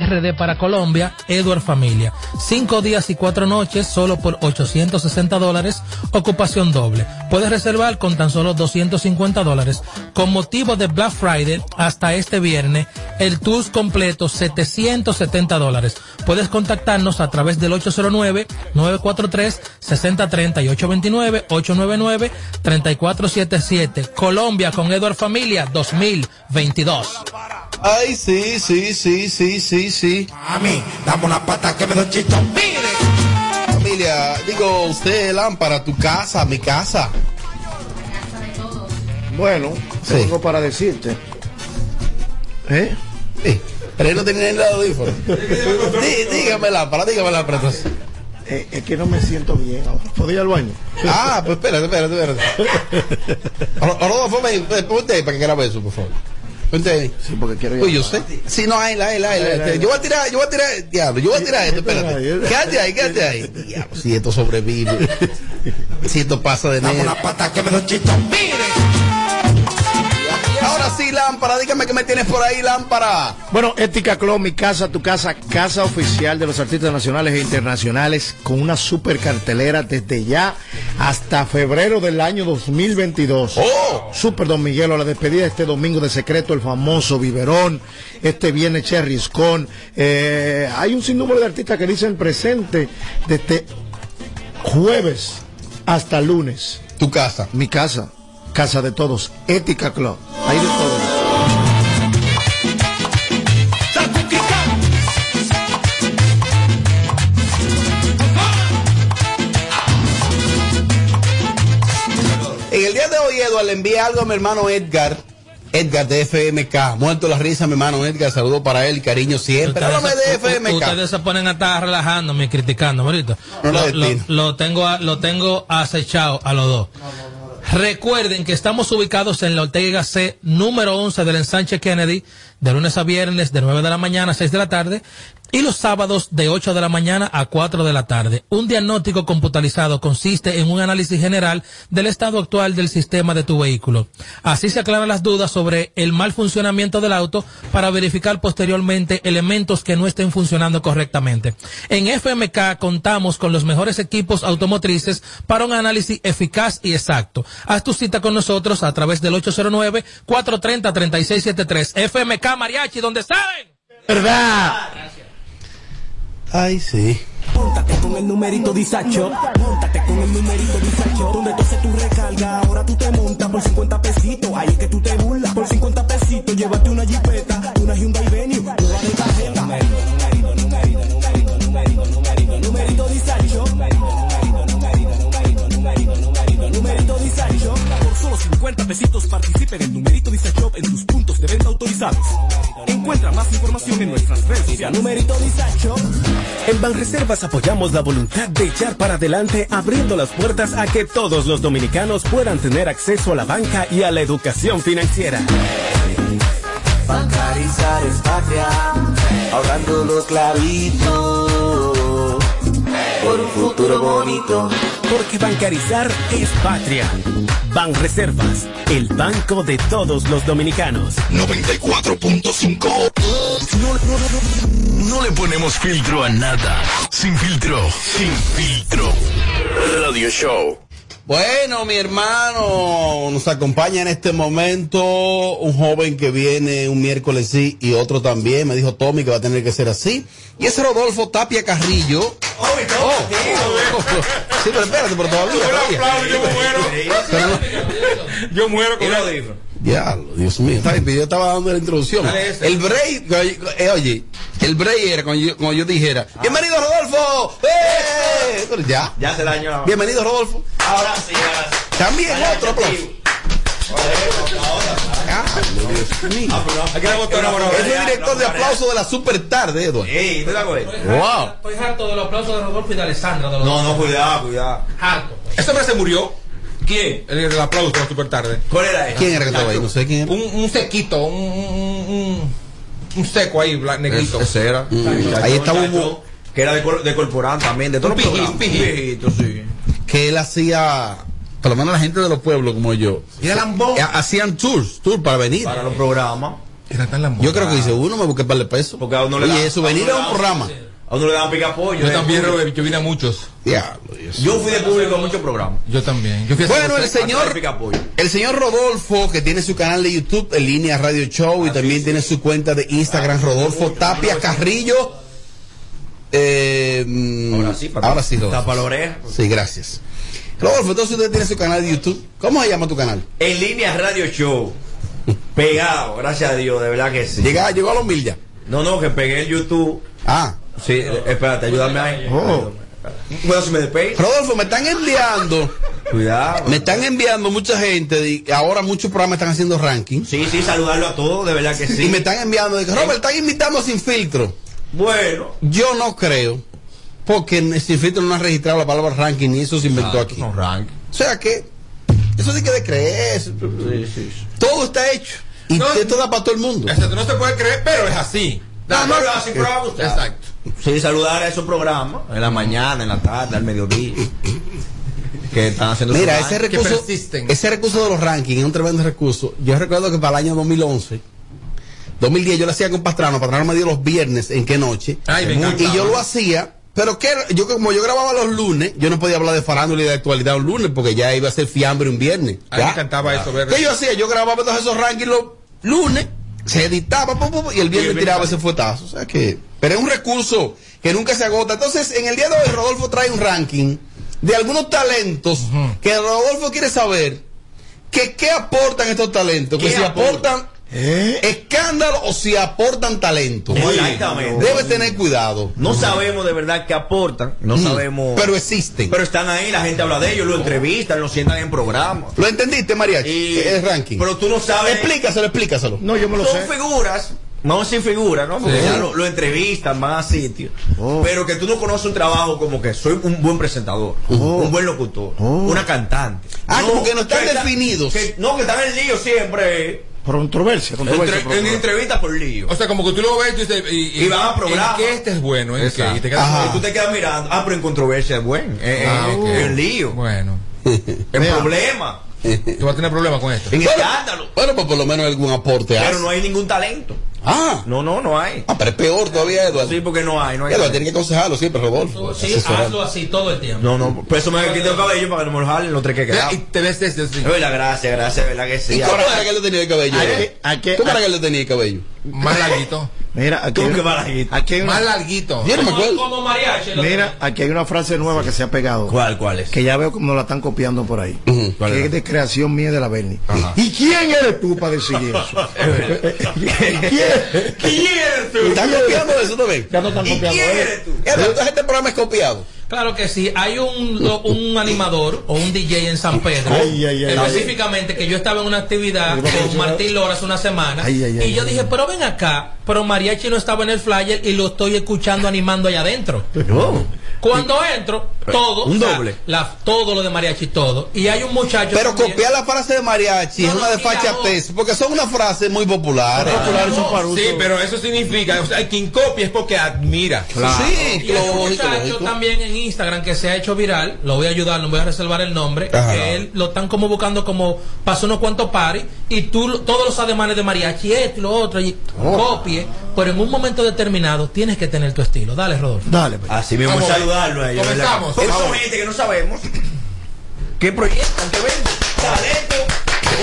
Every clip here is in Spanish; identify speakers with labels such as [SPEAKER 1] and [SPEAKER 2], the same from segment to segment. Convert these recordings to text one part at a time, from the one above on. [SPEAKER 1] PRD para Colombia, Edward Familia. Cinco días y cuatro noches solo por 860 dólares, ocupación doble. Puedes reservar con tan solo 250 dólares. Con motivo de Black Friday hasta este viernes, el tour completo 770 dólares. Puedes contactarnos a través del 809-943-6030 y 829-899-3477. Colombia con Edward Familia 2022.
[SPEAKER 2] Ay, sí, sí, sí, sí, sí, sí.
[SPEAKER 3] A mí, dame una pata que me doy chito. Mire.
[SPEAKER 2] Familia, digo, usted lámpara, tu casa, mi casa.
[SPEAKER 4] Bueno, sí. tengo para decirte.
[SPEAKER 2] ¿Eh? Sí. Pero él no tenía el audífono. Dí, dígame lámpara, dígame lámpara entonces.
[SPEAKER 4] Eh, es que no me siento bien ahora. ¿Puedo ir al baño?
[SPEAKER 2] Ah, pues espérate, espérate, espérate. Rodolfo, eh, ponte para que grabe eso, por favor. Ponte
[SPEAKER 4] Sí, porque quiero
[SPEAKER 2] ir. Uy, yo sé. Sí, no, ahí, ahí, ahí. Yo voy a tirar, yo voy a tirar, diablo, yo voy a tirar esto, espérate. Quédate ahí, quédate ahí. Diablo, si esto sobrevive, si esto pasa de
[SPEAKER 3] negro. una pata que me lo chito,
[SPEAKER 2] Ahora sí, lámpara, dígame que me tienes por ahí, lámpara.
[SPEAKER 4] Ah. Bueno, Ética Club, mi casa, tu casa, casa oficial de los artistas nacionales e internacionales, con una super cartelera desde ya hasta febrero del año 2022.
[SPEAKER 2] ¡Oh!
[SPEAKER 4] Super Don Miguelo, la despedida este domingo de secreto, el famoso Biberón, este viene Cherry's Con. Eh, hay un sinnúmero de artistas que dicen presente desde jueves hasta lunes.
[SPEAKER 2] Tu casa.
[SPEAKER 4] Mi casa. Casa de Todos, Ética Club. Ahí de todo.
[SPEAKER 2] En el día de hoy, Eduardo, le envía algo a mi hermano Edgar. Edgar de FMK, muerto la risa, mi hermano Edgar, saludo para él, cariño siempre. Háblame de FMK.
[SPEAKER 1] Ustedes se ponen a estar relajándome y criticando, ahorita. No, no, lo, lo, lo, tengo a, lo tengo acechado a los dos. No, Recuerden que estamos ubicados en la Ortega C, número 11 del ensanche Kennedy, de lunes a viernes, de 9 de la mañana a 6 de la tarde, y los sábados de 8 de la mañana a 4 de la tarde. Un diagnóstico computarizado consiste en un análisis general del estado actual del sistema de tu vehículo. Así se aclaran las dudas sobre el mal funcionamiento del auto para verificar posteriormente elementos que no estén funcionando correctamente. En FMK contamos con los mejores equipos automotrices para un análisis eficaz y exacto. Haz tu cita con nosotros a través del 809-430-3673. FMK Mariachi, donde saben.
[SPEAKER 2] Ah.
[SPEAKER 4] ¿Verdad? Gracias.
[SPEAKER 2] Ay, sí.
[SPEAKER 5] Póntate con el numerito disacho. Póntate con el numerito disacho. Donde tú haces tu recarga, ahora tú te montas por 50 pesitos. Ahí es que tú te burlas por 50 pesitos. Llévate una jipeta, una Hyundai Venue, una de tarjeta. Numerito, numerito, numerito, numerito, numerito, numerito, disacho. Numerito disacho. Por solo 50 pesitos participe en el numerito disacho en tus puntos de venta autorizados. Encuentra más información en nuestras redes sociales. Numerito Disacho.
[SPEAKER 6] En Banreservas apoyamos la voluntad de echar para adelante abriendo las puertas a que todos los dominicanos puedan tener acceso a la banca y a la educación financiera.
[SPEAKER 7] Bancarizar es patria, ahorrando los clavitos por un futuro bonito.
[SPEAKER 6] Porque bancarizar es patria. Banreservas, el banco de todos los dominicanos.
[SPEAKER 8] 94.5. No, no, no, no, le ponemos filtro a nada. Sin filtro, sin filtro. Radio Show.
[SPEAKER 2] Bueno, mi hermano, nos acompaña en este momento un joven que viene un miércoles sí y otro también. Me dijo Tommy que va a tener que ser así. Y es Rodolfo Tapia Carrillo.
[SPEAKER 9] Oh, oh, oh,
[SPEAKER 2] sí, pero espérate, pero todavía.
[SPEAKER 9] Yo, aplaudo, yo muero. yo muero con
[SPEAKER 2] la Ya, Dios mío. Está bien, yo estaba dando la introducción. El break, eh, oye, el break era cuando yo, cuando yo dijera, bienvenido Rodolfo. ¡Eh! Pero ya.
[SPEAKER 9] Ah. Ya se dañó. La
[SPEAKER 2] bienvenido Rodolfo.
[SPEAKER 9] Ahora sí, ahora sí.
[SPEAKER 2] También otro aplauso. Ah, Dios mío. Es el director de aplauso de la super tarde, Eduardo.
[SPEAKER 9] Ey, ¿tú
[SPEAKER 2] Wow.
[SPEAKER 10] Estoy harto de los aplausos de Rodolfo y de Alessandra. De los
[SPEAKER 9] no, no, cuidado, cuidado.
[SPEAKER 10] Harto.
[SPEAKER 9] Este hombre se murió. ¿Quién? El, el aplauso de la super tarde.
[SPEAKER 2] ¿Cuál era ese? ¿Quién era que estaba ahí? No sé quién. Era.
[SPEAKER 9] Un, un sequito, un, un, un seco ahí, negrito.
[SPEAKER 2] Ese era. Mm. Ahí estaba un.
[SPEAKER 9] Que era de, cor, de corporán también, de todo
[SPEAKER 2] un pijito, pijito, sí. Que él hacía por lo menos la gente de los pueblos como yo.
[SPEAKER 9] Y el
[SPEAKER 2] Hacían tours, tours para venir.
[SPEAKER 9] Para los programas.
[SPEAKER 2] Yo creo que dice uno, me busqué para el peso.
[SPEAKER 5] Porque a uno le
[SPEAKER 2] Oye,
[SPEAKER 5] da-
[SPEAKER 2] eso, venir a
[SPEAKER 5] uno le
[SPEAKER 2] un
[SPEAKER 5] da-
[SPEAKER 2] programa.
[SPEAKER 5] A uno le dan pica pollo.
[SPEAKER 9] Yo
[SPEAKER 5] eh.
[SPEAKER 9] también, Robert, yo vine a muchos.
[SPEAKER 2] Diablo,
[SPEAKER 5] Yo fui de público a muchos programas.
[SPEAKER 9] Yo también. Yo fui a
[SPEAKER 2] Bueno, el
[SPEAKER 9] San José.
[SPEAKER 2] señor, el señor Rodolfo, que tiene su canal de YouTube, en línea Radio Show, y también tiene su cuenta de Instagram, Rodolfo Tapia Carrillo. Eh, mm, ahora sí,
[SPEAKER 5] papá.
[SPEAKER 2] Rodolfo.
[SPEAKER 5] Tapa la oreja.
[SPEAKER 2] Sí, gracias. Rodolfo, entonces usted tiene su canal de YouTube. ¿Cómo se llama tu canal?
[SPEAKER 5] En línea radio show. Pegado, gracias a Dios, de verdad que sí.
[SPEAKER 2] Llega- llegó a los mil ya.
[SPEAKER 5] No, no, que pegué el YouTube.
[SPEAKER 2] Ah.
[SPEAKER 5] Sí, eh, espérate, ayúdame ahí.
[SPEAKER 2] Oh.
[SPEAKER 5] Bueno, si me despegue.
[SPEAKER 2] Rodolfo, me están enviando.
[SPEAKER 5] Cuidado.
[SPEAKER 2] Me están enviando mucha gente. y ahora muchos programas están haciendo ranking.
[SPEAKER 5] Sí, sí, saludarlo a todos, de verdad que sí.
[SPEAKER 2] Y me están enviando. de que, Robert, están invitando sin filtro.
[SPEAKER 5] Bueno,
[SPEAKER 2] Yo no creo, porque en- sin filtro no han registrado la palabra ranking y eso se
[SPEAKER 9] Ah,
[SPEAKER 5] Ah.
[SPEAKER 2] inventó aquí. O sea que, eso sí que de creer. Todo está hecho. Y esto da para todo el mundo.
[SPEAKER 9] Exacto, no se puede creer, pero es así.
[SPEAKER 5] No, no, no, así programa usted.
[SPEAKER 9] Exacto.
[SPEAKER 5] sí, saludar a esos programas. En la mañana, en la tarde, al mediodía. que están haciendo su
[SPEAKER 2] Mira,
[SPEAKER 5] radio.
[SPEAKER 2] ese
[SPEAKER 5] Que
[SPEAKER 2] recurso,
[SPEAKER 5] persisten.
[SPEAKER 2] ese recurso de los rankings es un tremendo recurso. Yo recuerdo que para el año 2011, 2010, yo lo hacía con Pastrano. Pastrano me dio los viernes, en qué noche.
[SPEAKER 9] Ay, me encanta.
[SPEAKER 2] y yo lo hacía. Pero que yo como yo grababa los lunes, yo no podía hablar de farándula y de actualidad un lunes porque ya iba a ser fiambre un viernes.
[SPEAKER 9] A mí me
[SPEAKER 2] Ya.
[SPEAKER 9] encantaba eso, ver.
[SPEAKER 2] ¿Qué yo hacía? Yo grababa todos esos rankings los lunes, se editaba pum, pum, pum, y el viernes
[SPEAKER 5] Y el viernes
[SPEAKER 2] tiraba
[SPEAKER 5] también.
[SPEAKER 2] ese fuetazo. O sea que, pero es un recurso que nunca se agota. Entonces, en el día de hoy, Rodolfo trae un ranking de algunos talentos que Rodolfo quiere saber que qué aportan estos talentos, que
[SPEAKER 5] ¿Qué
[SPEAKER 2] si
[SPEAKER 5] aportan?
[SPEAKER 2] aportan escándalo o si aportan talento.
[SPEAKER 5] Exactamente.
[SPEAKER 2] Debe tener cuidado.
[SPEAKER 5] No sabemos de verdad qué aportan. No
[SPEAKER 2] Mm.
[SPEAKER 5] sabemos.
[SPEAKER 2] Pero existen.
[SPEAKER 5] Pero están ahí, la gente habla de ellos, lo entrevistan, lo sientan en programas.
[SPEAKER 2] ¿Lo entendiste, Mariachi?
[SPEAKER 5] Y-
[SPEAKER 2] el ranking.
[SPEAKER 5] Pero tú no sabes.
[SPEAKER 2] Explícaselo, explícaselo.
[SPEAKER 4] No, yo me lo
[SPEAKER 5] son
[SPEAKER 4] sé.
[SPEAKER 5] figuras, no sin figuras, ¿no? Porque ya lo, lo entrevistan, van a sitios.
[SPEAKER 4] Oh.
[SPEAKER 5] Pero que tú no conoces un trabajo como que soy un buen presentador, un buen locutor, una cantante.
[SPEAKER 2] Oh. Ah, como que no están
[SPEAKER 5] está-
[SPEAKER 2] definidos.
[SPEAKER 5] que- no, que están en lío siempre.
[SPEAKER 4] Controversia, controversia.
[SPEAKER 5] Entre- en
[SPEAKER 4] controversia.
[SPEAKER 5] entrevistas por lío.
[SPEAKER 9] O sea, como que tú lo ves y tú dices, y,
[SPEAKER 5] Y van a
[SPEAKER 9] ¿En
[SPEAKER 5] programas.
[SPEAKER 9] qué este es bueno? ¿En qué? Y te quedas "Este
[SPEAKER 2] Ajá.
[SPEAKER 5] y tú te quedas mirando. Ah, pero en controversia es buen. eh,
[SPEAKER 9] Ah,
[SPEAKER 5] eh,
[SPEAKER 9] ok.
[SPEAKER 5] En lío.
[SPEAKER 9] Bueno,
[SPEAKER 5] En
[SPEAKER 4] Vea.
[SPEAKER 5] problema.
[SPEAKER 9] tú vas a tener problemas con esto.
[SPEAKER 5] En
[SPEAKER 2] Bueno,
[SPEAKER 5] escándalo.
[SPEAKER 2] Bueno, pues por lo menos algún aporte
[SPEAKER 5] Pero
[SPEAKER 2] hace.
[SPEAKER 5] no hay ningún talento.
[SPEAKER 2] Ah,
[SPEAKER 5] No, no, no hay.
[SPEAKER 2] ah, pero es peor todavía, Eduardo.
[SPEAKER 5] Sí, porque no hay, no hay.
[SPEAKER 2] Eduardo tiene que aconsejarlo siempre, Rodolfo.
[SPEAKER 1] Sí,
[SPEAKER 2] asesorarlo.
[SPEAKER 1] hazlo así todo el tiempo.
[SPEAKER 5] No, no, por eso me quito el cabello para que no me lo jalen los tres que
[SPEAKER 9] Ya,
[SPEAKER 5] quedamos.
[SPEAKER 9] Y te ves desde así.
[SPEAKER 5] Es verdad, gracias, gracias, es verdad que
[SPEAKER 2] ¿Y
[SPEAKER 5] sí.
[SPEAKER 2] cómo
[SPEAKER 5] Ahora,
[SPEAKER 2] era que él tenía el cabello?
[SPEAKER 4] ¿A
[SPEAKER 2] Eduardo?
[SPEAKER 4] qué- a qué-
[SPEAKER 2] ¿Cómo
[SPEAKER 4] a-
[SPEAKER 2] era que él tenía el cabello?
[SPEAKER 9] Más larguito.
[SPEAKER 4] Mira, aquí,
[SPEAKER 5] ¿Cómo que va la gente?
[SPEAKER 4] aquí hay
[SPEAKER 9] Más
[SPEAKER 4] una,
[SPEAKER 9] larguito.
[SPEAKER 2] Yo no me
[SPEAKER 1] Como,
[SPEAKER 2] acuerdo.
[SPEAKER 1] como mariachi. lo
[SPEAKER 4] mira, aquí hay una frase nueva que se ha pegado.
[SPEAKER 5] ¿Cuál, cuál es?
[SPEAKER 4] Que ya veo como la están copiando por ahí.
[SPEAKER 2] Ujú.
[SPEAKER 5] ¿Cuál
[SPEAKER 4] que
[SPEAKER 5] era?
[SPEAKER 4] es de creación mía y de la Berni. ¿Y quién eres tú para decir eso? ¿Quién?
[SPEAKER 5] ¿Quién eres tú?
[SPEAKER 2] ¿Están copiando eso también?
[SPEAKER 4] Ya no están
[SPEAKER 5] ¿Y
[SPEAKER 4] copiando
[SPEAKER 5] quién
[SPEAKER 4] eso.
[SPEAKER 5] eres tú?
[SPEAKER 2] Eduardo, entonces este programa es copiado.
[SPEAKER 1] Claro que sí, hay un, lo- un animador o un DJ en San Pedro,
[SPEAKER 4] Ay, ay, ay,
[SPEAKER 1] específicamente que yo estaba en una actividad con Martín Lora hace una semana
[SPEAKER 4] Ay, ay, ay,
[SPEAKER 1] y yo
[SPEAKER 4] ay,
[SPEAKER 1] dije, pero ven acá, pero Mariachi no estaba en el flyer y lo estoy escuchando animando allá adentro.
[SPEAKER 4] Oh.
[SPEAKER 1] Cuando entro, todo,
[SPEAKER 5] un
[SPEAKER 1] o sea,
[SPEAKER 5] doble.
[SPEAKER 1] la- todo lo de Mariachi, todo. Y hay un muchacho...
[SPEAKER 2] Pero
[SPEAKER 1] también-
[SPEAKER 2] copiar la frase de mariachi
[SPEAKER 1] No,
[SPEAKER 2] es
[SPEAKER 1] no,
[SPEAKER 2] una de
[SPEAKER 1] y la
[SPEAKER 2] fachatez, porque son una frase muy populares.
[SPEAKER 4] Populares son parutos.
[SPEAKER 9] Sí, pero eso significa, o sea, quien copia es porque admira.
[SPEAKER 2] Sí,
[SPEAKER 1] Y hay un
[SPEAKER 2] lógico,
[SPEAKER 1] Este muchacho
[SPEAKER 2] lógico.
[SPEAKER 1] también en Instagram que se ha hecho viral, lo voy a ayudar, no voy a reservar el nombre,
[SPEAKER 2] Ajá.
[SPEAKER 1] que él lo están como buscando como pasó unos cuantos paris y tú lo- todos los ademanes de mariachi, esto y lo otro, y
[SPEAKER 2] Oh.
[SPEAKER 1] copie, pero en un momento determinado tienes que tener tu estilo. Dale, Rodolfo.
[SPEAKER 4] Dale, pues.
[SPEAKER 5] Así mismo
[SPEAKER 9] Vamos,
[SPEAKER 5] saludarlo a ellos. ¿verdad?
[SPEAKER 9] comenzamos,
[SPEAKER 5] Porque
[SPEAKER 9] por
[SPEAKER 5] son
[SPEAKER 9] favor.
[SPEAKER 5] gente que no sabemos qué proyectan, qué venden. Talento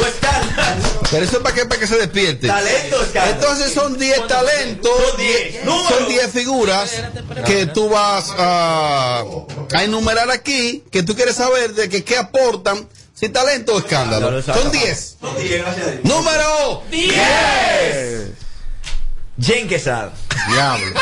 [SPEAKER 5] o escándalo.
[SPEAKER 2] Pero eso es para que, para que se despierte.
[SPEAKER 5] Talento o escándalo.
[SPEAKER 2] Entonces son 10 talentos,
[SPEAKER 5] Son 10
[SPEAKER 2] son
[SPEAKER 5] números.
[SPEAKER 2] 10 figuras que tú vas a, a enumerar aquí, que tú quieres saber de que qué aportan, si talento o escándalo. Son 10.
[SPEAKER 5] Son 10, gracias a Dios.
[SPEAKER 2] Número.
[SPEAKER 5] Jen Quesada.
[SPEAKER 4] Diablo.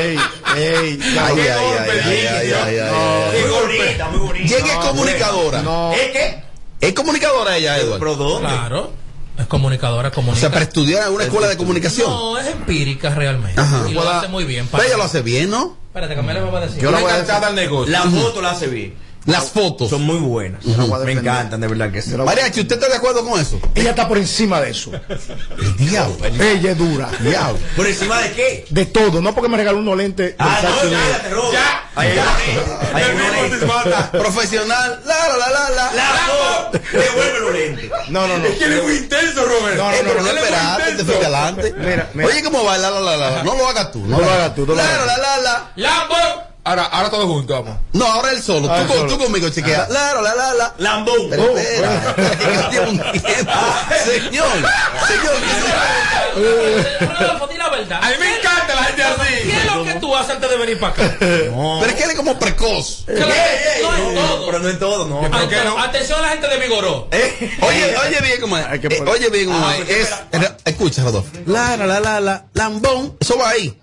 [SPEAKER 4] Ey, ey.
[SPEAKER 2] Ay,
[SPEAKER 4] diablo.
[SPEAKER 2] ay, ay, ay, ay, ay, ay, ay.
[SPEAKER 5] Muy bonita, muy bonita.
[SPEAKER 2] Jen es comunicadora.
[SPEAKER 4] No.
[SPEAKER 5] ¿Es qué?
[SPEAKER 2] Es comunicadora ella, Eduardo.
[SPEAKER 5] ¿Pero dónde?
[SPEAKER 1] Claro, es comunicadora,
[SPEAKER 2] O
[SPEAKER 1] comunica.
[SPEAKER 2] sea, para estudiar en una escuela de comunicación.
[SPEAKER 1] no, es empírica realmente.
[SPEAKER 2] Ajá.
[SPEAKER 1] Y lo hace muy bien.
[SPEAKER 2] Pero ella lo hace bien, ¿no?
[SPEAKER 1] Espérate, que me le voy a decir.
[SPEAKER 4] Yo la
[SPEAKER 9] Una
[SPEAKER 4] voy a decir.
[SPEAKER 9] encantada al negocio.
[SPEAKER 5] La foto la hace bien.
[SPEAKER 2] Las fotos.
[SPEAKER 5] Son muy buenas. Uh -huh. Me encantan, de verdad que sí.
[SPEAKER 2] Mariachi, ¿usted está de acuerdo con eso?
[SPEAKER 4] Ella está por encima de eso.
[SPEAKER 2] Diablo.
[SPEAKER 4] Ella es dura.
[SPEAKER 5] Diablo. ¿Por encima de qué?
[SPEAKER 4] De todo. No porque me regaló unos lentes.
[SPEAKER 5] Ah, no, ya, ya, te robo. Ya. Ahí, ya. Ahí,
[SPEAKER 2] Profesional. La, la, la, la, la.
[SPEAKER 5] la Devuelve los lentes.
[SPEAKER 4] No, no, no.
[SPEAKER 5] Es que él es muy intenso, Roberto.
[SPEAKER 2] No, no, no. No, esperaste, te fuiste adelante. Mira, mira. Oye, ¿cómo va? La, la, la, la. No lo hagas tú.
[SPEAKER 4] No lo hagas tú.
[SPEAKER 2] La, la, la, la.
[SPEAKER 9] Lambo. Ahora, ahora todos juntos, vamos.
[SPEAKER 2] No, ahora él solo. Ah, tú, solo. tú, conmigo, chequea. La, la, la, la.
[SPEAKER 5] Lambón.
[SPEAKER 2] Pero, espera. que tiene un tiempo. Señor.
[SPEAKER 9] Señor. la verdad. A mí me encanta la gente así.
[SPEAKER 10] ¿Qué es lo que tú haces antes de venir para acá?
[SPEAKER 2] No. Pero es que él es como precoz.
[SPEAKER 9] Claro, no,
[SPEAKER 5] no en todo. Pero no en todo, no.
[SPEAKER 9] Ay, pero, no? Atención a la gente de Vigoró. pues,
[SPEAKER 2] Eh, oye, oye bien cómo es. Eh, oye bien cómo ah, es. es escucha, Rodolfo. La, la, la, la, la. Lambón. Eso va ahí.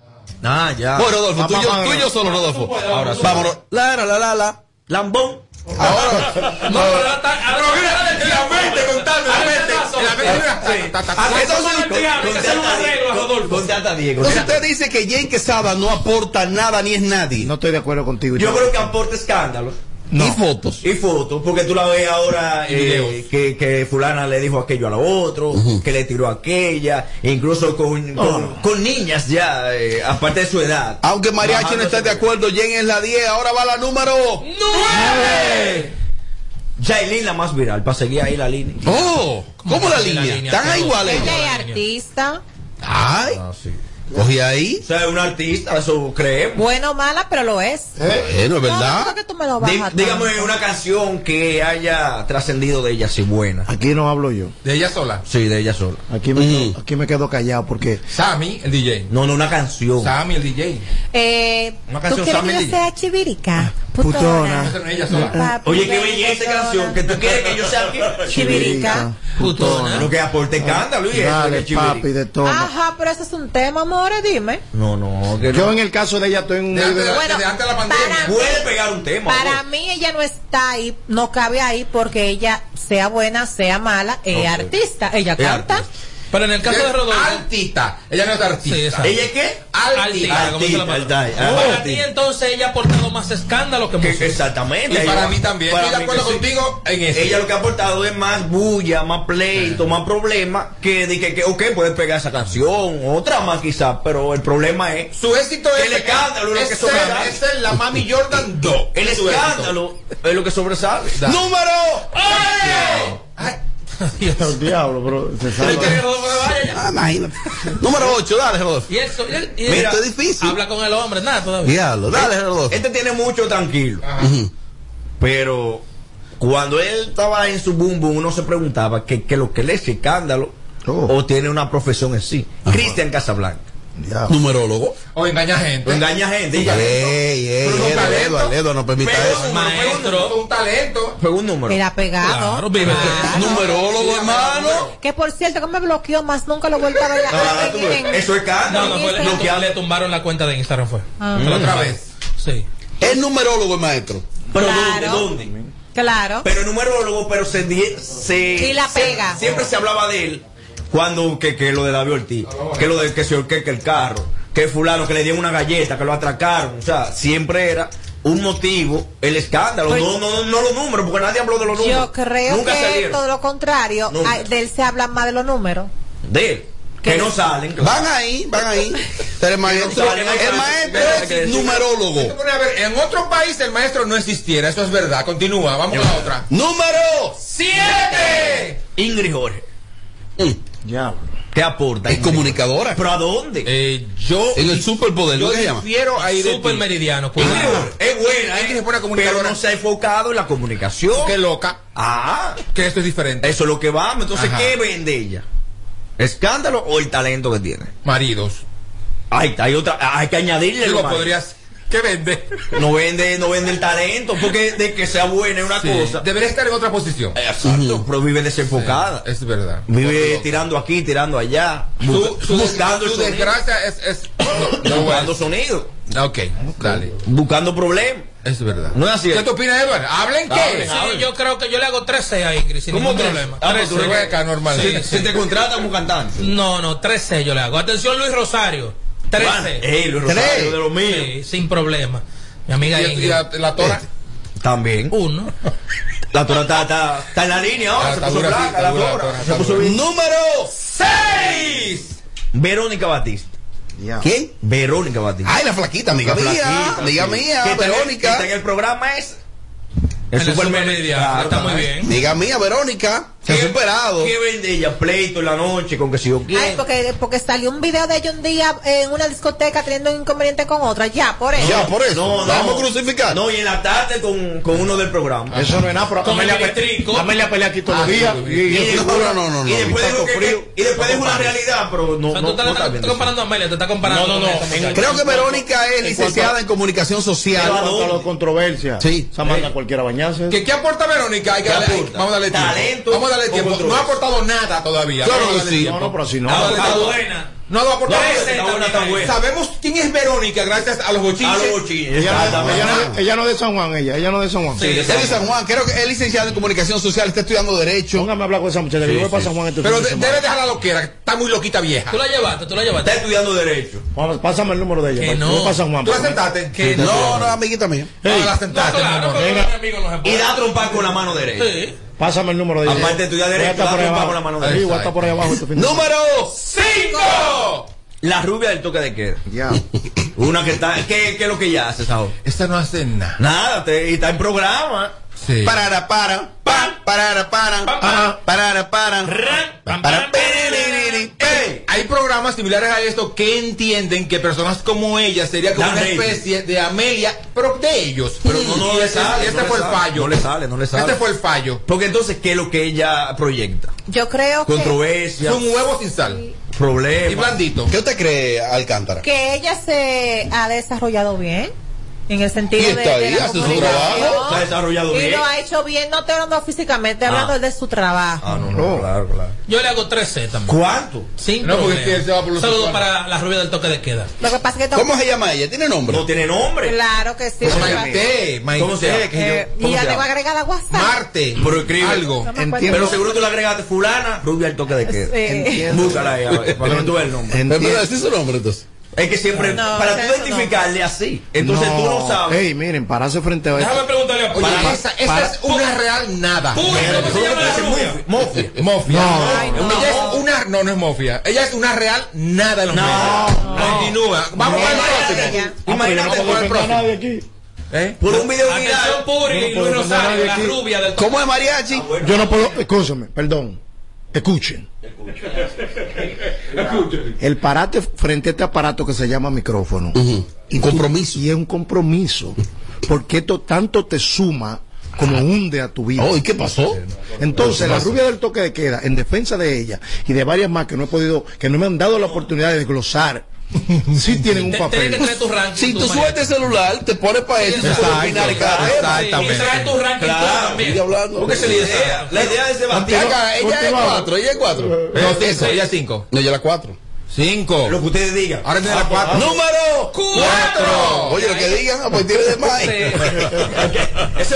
[SPEAKER 5] Ah, ya.
[SPEAKER 2] Bueno, Rodolfo, ah, tú, yo, tú y yo solo, Rodolfo. Ahora sí. Vámonos. La, la, la, la, la.
[SPEAKER 5] Lambón.
[SPEAKER 2] Ahora.
[SPEAKER 9] No, pero la mente contando, la mente.
[SPEAKER 5] Ah, Entonces, Diego.
[SPEAKER 2] Entonces usted dice que Jane Quesada no aporta nada ni es nadie.
[SPEAKER 4] No estoy de acuerdo contigo.
[SPEAKER 5] Yo creo que aporta escándalos.
[SPEAKER 2] No. Y fotos.
[SPEAKER 5] Y fotos, porque tú la ves ahora eh, que, que, fulana le dijo aquello a la otro, uh -huh. que le tiró aquella, incluso con, no. con, con, niñas ya, eh, aparte de su edad.
[SPEAKER 2] Aunque Mariachi no está de acuerdo, Jen es la 10, ahora va la número
[SPEAKER 9] 9.
[SPEAKER 5] Jailin la más viral, para seguir ahí la línea.
[SPEAKER 2] Oh, ¿cómo, ¿Cómo la, línea? la, línea? ¿Están iguales?
[SPEAKER 11] Ella
[SPEAKER 5] Este
[SPEAKER 11] es Este artista.
[SPEAKER 2] Ay. Ah, sí. Cogí ahí.
[SPEAKER 5] O sea, un artista, eso creemos.
[SPEAKER 11] Bueno, mala, pero lo es.
[SPEAKER 2] ¿Eh? Bueno, es verdad.
[SPEAKER 11] Que tú me lo bajas
[SPEAKER 5] dígame una canción que haya trascendido de ella, si buena.
[SPEAKER 4] Aquí no hablo yo.
[SPEAKER 9] ¿De ella sola?
[SPEAKER 5] Sí, de ella sola.
[SPEAKER 4] Aquí me, mm. quedo, aquí me quedo callado porque.
[SPEAKER 9] Sammy, el DJ.
[SPEAKER 5] No, no, una canción.
[SPEAKER 9] Sammy, el DJ.
[SPEAKER 11] Eh, una canción ¿Tú quieres que yo sea chivirica? Putona.
[SPEAKER 5] Ah, putona. Ella sola. Papi, Oye, qué belleza putona. canción. Que tú quieres que yo sea
[SPEAKER 11] chivirica.
[SPEAKER 5] Putona. putona. Lo que
[SPEAKER 9] Ah,
[SPEAKER 5] aporte escándalo y
[SPEAKER 4] Dale, eso, papi, de todo.
[SPEAKER 11] Ajá, pero ese es un tema, Ahora dime.
[SPEAKER 5] No, no.
[SPEAKER 4] Que yo no. en el caso de ella estoy en un
[SPEAKER 5] nivel. Desde, bueno, desde antes de la pandemia puede pegar un tema.
[SPEAKER 11] Para vos. mí ella no está ahí, no cabe ahí porque ella sea buena, sea mala, es okay. artista, ella es canta. Artista.
[SPEAKER 9] Pero en el caso de Rodolfo.
[SPEAKER 5] Artista. Ella no es artista.
[SPEAKER 9] Sí,
[SPEAKER 5] ¿Ella es qué?
[SPEAKER 9] Artista. Para ti, entonces, ella ha aportado más escándalo que música.
[SPEAKER 5] Exactamente.
[SPEAKER 9] Y para mí también. Estoy de acuerdo contigo en eso.
[SPEAKER 5] Ella lo que ha aportado es más bulla, más pleito, más problemas que de que, que, ok, puedes pegar esa canción, otra más quizás, pero el problema es.
[SPEAKER 9] Su éxito es.
[SPEAKER 5] El escándalo es lo que sobresale.
[SPEAKER 9] Esa es la Mami Jordan 2.
[SPEAKER 5] El escándalo es lo que sobresale.
[SPEAKER 2] ¡Número
[SPEAKER 4] 8! el diablo, bro. Se sabe.
[SPEAKER 2] Ah, imagínate. Número 8, dale, Rodolfo.
[SPEAKER 9] Y eso, y el, y
[SPEAKER 2] Mira, esto es difícil.
[SPEAKER 9] Habla con el hombre, nada todavía.
[SPEAKER 2] Diablo, dale, Rodolfo.
[SPEAKER 5] Este tiene mucho tranquilo. Uh -huh. Pero cuando él estaba en su boom boom, uno se preguntaba que, que lo que le es escándalo oh. o tiene una profesión en sí. Uh -huh. Cristian Casablanca.
[SPEAKER 2] Ya. numerólogo.
[SPEAKER 9] O engaña gente.
[SPEAKER 5] O engaña gente.
[SPEAKER 2] Ey, ey, ey, no permita eso.
[SPEAKER 9] Maestro. Un talento.
[SPEAKER 5] Fue un número.
[SPEAKER 11] Era pegado. Claro,
[SPEAKER 2] claro. Numerólogo, sí, hermano.
[SPEAKER 11] Que por cierto, que me bloqueó más, nunca lo vuelvo a ver.
[SPEAKER 5] No, no, en... eso es caro.
[SPEAKER 9] No, no, fue, le, tum le tumbaron la cuenta de Instagram, fue. Ah. Pero otra vez. Sí.
[SPEAKER 2] Es numerólogo, el maestro.
[SPEAKER 5] Pero claro. ¿dónde? ¿dónde?
[SPEAKER 11] Claro.
[SPEAKER 5] Pero el numerólogo, pero se. se
[SPEAKER 11] y la pega.
[SPEAKER 5] Se, siempre se hablaba de él cuando que, que lo de la Ortiz, que lo de que se orqueque el carro, que fulano que le dieron una galleta, que lo atracaron, o sea, siempre era un motivo, el escándalo, pues, no, no, no, los números, porque nadie habló de los números.
[SPEAKER 11] Yo creo Nunca que salieron. todo lo contrario, a, de él se habla más de los números.
[SPEAKER 5] De él. Que, que no salen.
[SPEAKER 2] Claro. Van ahí, van ahí. Pero el maestro, no salen, el maestro es numerólogo.
[SPEAKER 9] A ver, en otro país el maestro no existiera, eso es verdad. Continúa, vamos yo. a la otra.
[SPEAKER 2] Número
[SPEAKER 9] 7.
[SPEAKER 5] Ingrid Jorge. Mm. Diablo. ¿Qué aporta?
[SPEAKER 2] Es comunicadora.
[SPEAKER 5] ¿Pero a dónde?
[SPEAKER 2] Eh, yo. En el superpoder.
[SPEAKER 9] Yo prefiero a ir
[SPEAKER 10] Super meridiano.
[SPEAKER 5] Pues, ah, es buena. Es que se pone comunicadora. Pero no se ha enfocado en la comunicación.
[SPEAKER 9] Qué loca.
[SPEAKER 5] Ah.
[SPEAKER 9] Que esto es diferente.
[SPEAKER 5] Eso es lo que vamos. Entonces, Ajá. ¿qué vende ella? ¿Escándalo o el talento que tiene?
[SPEAKER 9] Maridos.
[SPEAKER 5] Ay, hay otra. Hay que añadirle.
[SPEAKER 9] Lo podrías. ¿Qué vende?
[SPEAKER 5] No vende, no vende el talento, porque de que sea buena es una sí. cosa.
[SPEAKER 9] Debería estar en otra posición.
[SPEAKER 5] Exacto, pero vive desenfocada.
[SPEAKER 9] Sí, es verdad.
[SPEAKER 5] Vive tirando aquí, tirando allá.
[SPEAKER 9] Su, su, buscando su, desgracia es, es
[SPEAKER 5] no, buscando sonido.
[SPEAKER 9] Ok, dale.
[SPEAKER 5] Buscando problemas.
[SPEAKER 9] Es verdad.
[SPEAKER 5] No es así. eh.
[SPEAKER 9] ¿Qué te opinas, Eduardo? ¿Hablen qué? Hablen,
[SPEAKER 10] sí, hablen. yo creo que yo le hago 13 a Ingrid sin
[SPEAKER 9] ¿Cómo
[SPEAKER 10] ningún problema.
[SPEAKER 9] Ah, tú acá normal.
[SPEAKER 5] Si, si te contratan como cantante.
[SPEAKER 10] No, no, 13 yo le hago. Atención, Luis Rosario. 13.
[SPEAKER 5] Hey, Luis Rosario, de lo mío.
[SPEAKER 10] Sí, sin problema. Mi amiga
[SPEAKER 9] ¿Y,
[SPEAKER 10] Ingrid.
[SPEAKER 9] la, la tora?
[SPEAKER 5] También.
[SPEAKER 1] Uno.
[SPEAKER 5] La tora está, está, está en la línea
[SPEAKER 9] Ah,
[SPEAKER 5] ahora. se puso blanca la tora. Se puso bien. Número 6. Verónica Batista.
[SPEAKER 2] Ya. ¿Quién?
[SPEAKER 5] Verónica Batista.
[SPEAKER 2] Ay, la flaquita, amiga
[SPEAKER 5] La
[SPEAKER 2] mía.
[SPEAKER 5] flaquita,
[SPEAKER 2] amiga
[SPEAKER 5] sí.
[SPEAKER 2] mía,
[SPEAKER 5] Que está en el- que
[SPEAKER 2] Verónica.
[SPEAKER 5] está en el programa es.
[SPEAKER 1] En el Supermedia,
[SPEAKER 5] Claro,
[SPEAKER 1] está muy
[SPEAKER 5] también.
[SPEAKER 1] bien.
[SPEAKER 2] Amiga mía, Verónica. Se ha
[SPEAKER 5] ¿Qué-
[SPEAKER 2] superado.
[SPEAKER 5] ¿Qué vende ella? Pleito en la noche con que si yo
[SPEAKER 11] Ay,
[SPEAKER 5] quiero.
[SPEAKER 11] porque, porque salió un video de ella un día en una discoteca teniendo un inconveniente con otra. Ya, por eso.
[SPEAKER 2] Ya, por eso.
[SPEAKER 5] No, no.
[SPEAKER 2] la vamos a crucificar.
[SPEAKER 5] No, y en la tarde con, con uno del programa.
[SPEAKER 4] Eso no es nada, pero
[SPEAKER 1] Con el
[SPEAKER 4] Amelia, Pe-
[SPEAKER 1] electrico.
[SPEAKER 4] Amelia pelea aquí todos los días. Y-
[SPEAKER 5] Ah, Y,
[SPEAKER 4] y-
[SPEAKER 5] después-
[SPEAKER 2] no, no, no, no.
[SPEAKER 5] y después
[SPEAKER 2] Y
[SPEAKER 5] dijo
[SPEAKER 2] Paco
[SPEAKER 5] que-
[SPEAKER 2] Frío.
[SPEAKER 5] y después dijo una
[SPEAKER 2] Paco
[SPEAKER 5] realidad, pero no,
[SPEAKER 1] O sea, Ah,
[SPEAKER 5] no,
[SPEAKER 1] tú estás,
[SPEAKER 5] no está
[SPEAKER 1] estás
[SPEAKER 5] bien.
[SPEAKER 1] comparando a Amelia, te estás comparando.
[SPEAKER 5] No, no,
[SPEAKER 1] con
[SPEAKER 5] no.
[SPEAKER 1] esta muchacha.
[SPEAKER 2] Creo que Verónica es licenciada en comunicación
[SPEAKER 4] En
[SPEAKER 2] social.
[SPEAKER 4] cuanto a la controversia,
[SPEAKER 2] Sí.
[SPEAKER 4] esa manda cualquiera a bañarse.
[SPEAKER 9] ¿Qué, ¿Qué aporta Verónica? Hay que
[SPEAKER 5] ¿Qué
[SPEAKER 9] darle-
[SPEAKER 5] aporta?
[SPEAKER 9] Vamos a darle tiempo.
[SPEAKER 5] Talento
[SPEAKER 9] Vamos a darle
[SPEAKER 5] o
[SPEAKER 9] tiempo. No
[SPEAKER 5] control.
[SPEAKER 9] ha aportado nada todavía.
[SPEAKER 2] Claro
[SPEAKER 9] Vamos a
[SPEAKER 2] que
[SPEAKER 9] darle
[SPEAKER 2] sí.
[SPEAKER 9] tiempo.
[SPEAKER 4] No, no, pero si no.
[SPEAKER 1] Está,
[SPEAKER 9] Vamos a
[SPEAKER 1] está
[SPEAKER 9] darle tiempo.
[SPEAKER 1] buena.
[SPEAKER 9] No lo ha aportado.
[SPEAKER 5] No, está
[SPEAKER 9] nada.
[SPEAKER 5] buena, está buena.
[SPEAKER 9] Sabemos quién es Verónica gracias a los bochiches.
[SPEAKER 5] A los bochillos.
[SPEAKER 4] Ella, no-
[SPEAKER 5] Exactamente.
[SPEAKER 4] ella no, ella no es de San Juan, ella, ella no es de San Juan.
[SPEAKER 5] Sí,
[SPEAKER 2] Él es San Juan, creo que es licenciada en comunicación social, está estudiando derecho.
[SPEAKER 4] Póngame a hablar con esa muchacha. que yo voy para San Juan este
[SPEAKER 9] Pero
[SPEAKER 4] fin de
[SPEAKER 9] de-
[SPEAKER 4] semana.
[SPEAKER 9] debe dejar la loquera. Está muy loquita vieja.
[SPEAKER 1] Tú la llevaste, tú la
[SPEAKER 5] Está
[SPEAKER 1] llevaste.
[SPEAKER 5] estudiando Derecho.
[SPEAKER 4] Vamos, Pásame el número de ella.
[SPEAKER 1] Que
[SPEAKER 4] para-
[SPEAKER 1] no.
[SPEAKER 4] yo voy para San Juan.
[SPEAKER 9] ¿Tú la
[SPEAKER 4] para-
[SPEAKER 9] sentaste?
[SPEAKER 1] Que
[SPEAKER 2] No, no, amiguita mía.
[SPEAKER 9] Ah, la
[SPEAKER 1] No,
[SPEAKER 9] sentaste, mi
[SPEAKER 1] claro,
[SPEAKER 9] amor.
[SPEAKER 1] porque
[SPEAKER 4] Venga.
[SPEAKER 1] los amigos no se
[SPEAKER 5] Y
[SPEAKER 1] pueden.
[SPEAKER 5] da a trompar con la mano derecha.
[SPEAKER 1] Sí.
[SPEAKER 4] Pásame el número de ella.
[SPEAKER 5] Aparte de estudiar
[SPEAKER 4] Voy
[SPEAKER 5] derecho,
[SPEAKER 4] a estar
[SPEAKER 5] da
[SPEAKER 4] por ahí
[SPEAKER 5] trompa
[SPEAKER 4] abajo.
[SPEAKER 5] con la mano
[SPEAKER 4] Sí,
[SPEAKER 5] derecha.
[SPEAKER 4] voy a estar por ahí abajo este fin de semana.
[SPEAKER 2] Número.
[SPEAKER 9] ¡Cinco!
[SPEAKER 5] La rubia del toque de queda.
[SPEAKER 4] Ya.
[SPEAKER 5] Una que está. ¿Qué, qué es lo que ella hace, Saúl?
[SPEAKER 9] Esta no hace nada.
[SPEAKER 5] Nada, te- y está en programa.
[SPEAKER 9] Sí.
[SPEAKER 2] Parara, para, pan, parara, para,
[SPEAKER 9] ah,
[SPEAKER 1] pam.
[SPEAKER 2] parara, para,
[SPEAKER 1] pam,
[SPEAKER 2] para,
[SPEAKER 1] pam,
[SPEAKER 2] piriri,
[SPEAKER 9] Ey, hay programas similares a esto que entienden que personas como ella sería como
[SPEAKER 5] Dan
[SPEAKER 9] una
[SPEAKER 5] rating.
[SPEAKER 9] especie de Amelia, pero de ellos. Pero
[SPEAKER 5] No, no
[SPEAKER 9] y
[SPEAKER 5] le
[SPEAKER 9] este,
[SPEAKER 5] sale,
[SPEAKER 9] y este
[SPEAKER 5] no le
[SPEAKER 9] fue el
[SPEAKER 5] sale.
[SPEAKER 9] fallo.
[SPEAKER 5] No le sale, no le sale.
[SPEAKER 9] Este fue el fallo.
[SPEAKER 5] Porque entonces, ¿qué es lo que ella proyecta?
[SPEAKER 11] Yo creo que,
[SPEAKER 5] Controversia,
[SPEAKER 9] Son huevos sin sal. Y
[SPEAKER 5] problemas.
[SPEAKER 9] blandito.
[SPEAKER 2] ¿Qué usted cree, Alcántara?
[SPEAKER 11] que ella se ha desarrollado bien. En el sentido
[SPEAKER 2] Y
[SPEAKER 11] de,
[SPEAKER 2] está
[SPEAKER 11] de
[SPEAKER 2] ahí,
[SPEAKER 11] la
[SPEAKER 2] hace su
[SPEAKER 11] comunicación.
[SPEAKER 5] trabajo. Se ha desarrollado
[SPEAKER 11] y
[SPEAKER 5] bien.
[SPEAKER 11] lo ha hecho bien, no te hablando físicamente, hablando
[SPEAKER 5] Ah.
[SPEAKER 11] de su trabajo.
[SPEAKER 5] Ah, no, no, claro, claro.
[SPEAKER 1] Yo le hago 13 también.
[SPEAKER 5] ¿Cuánto?
[SPEAKER 1] Sin
[SPEAKER 9] No, porque
[SPEAKER 1] problema.
[SPEAKER 9] este se va por los
[SPEAKER 1] Saludos
[SPEAKER 9] sexuales.
[SPEAKER 1] para la rubia del toque de queda.
[SPEAKER 11] Lo que pasa es que to-
[SPEAKER 2] ¿Cómo se llama ella? ¿Tiene nombre?
[SPEAKER 5] No tiene nombre.
[SPEAKER 11] Claro que sí. lo que pasa-
[SPEAKER 9] Maite, Maite.
[SPEAKER 5] ¿Cómo se llama?
[SPEAKER 11] eh,
[SPEAKER 5] ¿Cómo
[SPEAKER 11] y ya
[SPEAKER 5] se
[SPEAKER 11] le
[SPEAKER 5] llama?
[SPEAKER 11] voy a agregar a WhatsApp.
[SPEAKER 9] Marte.
[SPEAKER 5] Pero escribe.
[SPEAKER 9] Algo.
[SPEAKER 11] No me
[SPEAKER 4] Entiendo.
[SPEAKER 11] acuerdo.
[SPEAKER 5] Pero seguro tú le agregaste fulana, rubia al toque de queda.
[SPEAKER 11] Sí.
[SPEAKER 5] Búscala ahí, a ver, para que no tú veas el nombre.
[SPEAKER 2] ¿Me puede
[SPEAKER 4] pues.
[SPEAKER 2] decir su nombre entonces?
[SPEAKER 5] Es que siempre,
[SPEAKER 11] No,
[SPEAKER 5] para
[SPEAKER 11] o sea,
[SPEAKER 5] tú
[SPEAKER 11] eso no.
[SPEAKER 5] identificarle así. Entonces tú no sabes. Ah,
[SPEAKER 4] Ey, miren, pararse frente a
[SPEAKER 1] Déjame
[SPEAKER 4] ella.
[SPEAKER 1] preguntarle a
[SPEAKER 9] Oye,
[SPEAKER 1] Para-
[SPEAKER 9] esa, esa
[SPEAKER 4] para-
[SPEAKER 9] es una real nada.
[SPEAKER 1] Uy, ¿cómo se llama la rubia?
[SPEAKER 9] Mofia. Mofia.
[SPEAKER 4] No.
[SPEAKER 11] Ay, no.
[SPEAKER 9] Ella es una. No, no es mofia. Ella es una real nada en los medios. Continúa. Vamos para el
[SPEAKER 11] Ella.
[SPEAKER 9] próximo. Imagínate
[SPEAKER 4] No
[SPEAKER 9] por el
[SPEAKER 4] venga nadie
[SPEAKER 9] próximo.
[SPEAKER 4] aquí.
[SPEAKER 9] ¿Eh?
[SPEAKER 5] Por un video
[SPEAKER 1] Atención,
[SPEAKER 5] viral.
[SPEAKER 1] Puri
[SPEAKER 4] No
[SPEAKER 1] y
[SPEAKER 4] puedo
[SPEAKER 1] Luis
[SPEAKER 4] defender a
[SPEAKER 1] Rosario,
[SPEAKER 4] nadie
[SPEAKER 1] la
[SPEAKER 4] aquí.
[SPEAKER 1] rubia del
[SPEAKER 2] ¿Cómo es
[SPEAKER 5] Ah,
[SPEAKER 2] mariachi?
[SPEAKER 4] Yo no puedo, escúchame, perdón. Escuchen. El parate frente a este aparato que se llama micrófono.
[SPEAKER 2] Un
[SPEAKER 4] tú-
[SPEAKER 2] compromiso.
[SPEAKER 4] Y es un compromiso. Porque esto tanto te suma como hunde a tu vida.
[SPEAKER 2] Ah. Oh, ¿y qué pasó?
[SPEAKER 4] Entonces, la rubia del toque de queda, en defensa de ella y de varias más que no he podido, que no me han dado la oportunidad de desglosar, sí tienen un
[SPEAKER 1] Te- Tienes que
[SPEAKER 4] papel.
[SPEAKER 1] traer tu ranking.
[SPEAKER 2] Si tú
[SPEAKER 1] María.
[SPEAKER 2] sueltas el celular, te pones para eso.
[SPEAKER 1] Exacto, Sí,
[SPEAKER 9] exactamente.
[SPEAKER 1] Tienes que traer tu ranking
[SPEAKER 5] Claro,
[SPEAKER 1] tú también.
[SPEAKER 2] Estoy hablando.
[SPEAKER 5] Porque esa es la idea. La idea es debatir
[SPEAKER 2] Acá, ella es
[SPEAKER 4] Continuamos.
[SPEAKER 2] cuatro, ella es cuatro.
[SPEAKER 9] No, Eh, cinco. Ella es cinco.
[SPEAKER 2] No, ella es la cuatro.
[SPEAKER 9] Cinco.
[SPEAKER 5] lo que ustedes digan.
[SPEAKER 9] Ahora tiene la
[SPEAKER 1] Ah,
[SPEAKER 9] cuatro.
[SPEAKER 2] Número
[SPEAKER 1] Cuatro.
[SPEAKER 2] Oye, lo que digan a partir de más.
[SPEAKER 5] Eso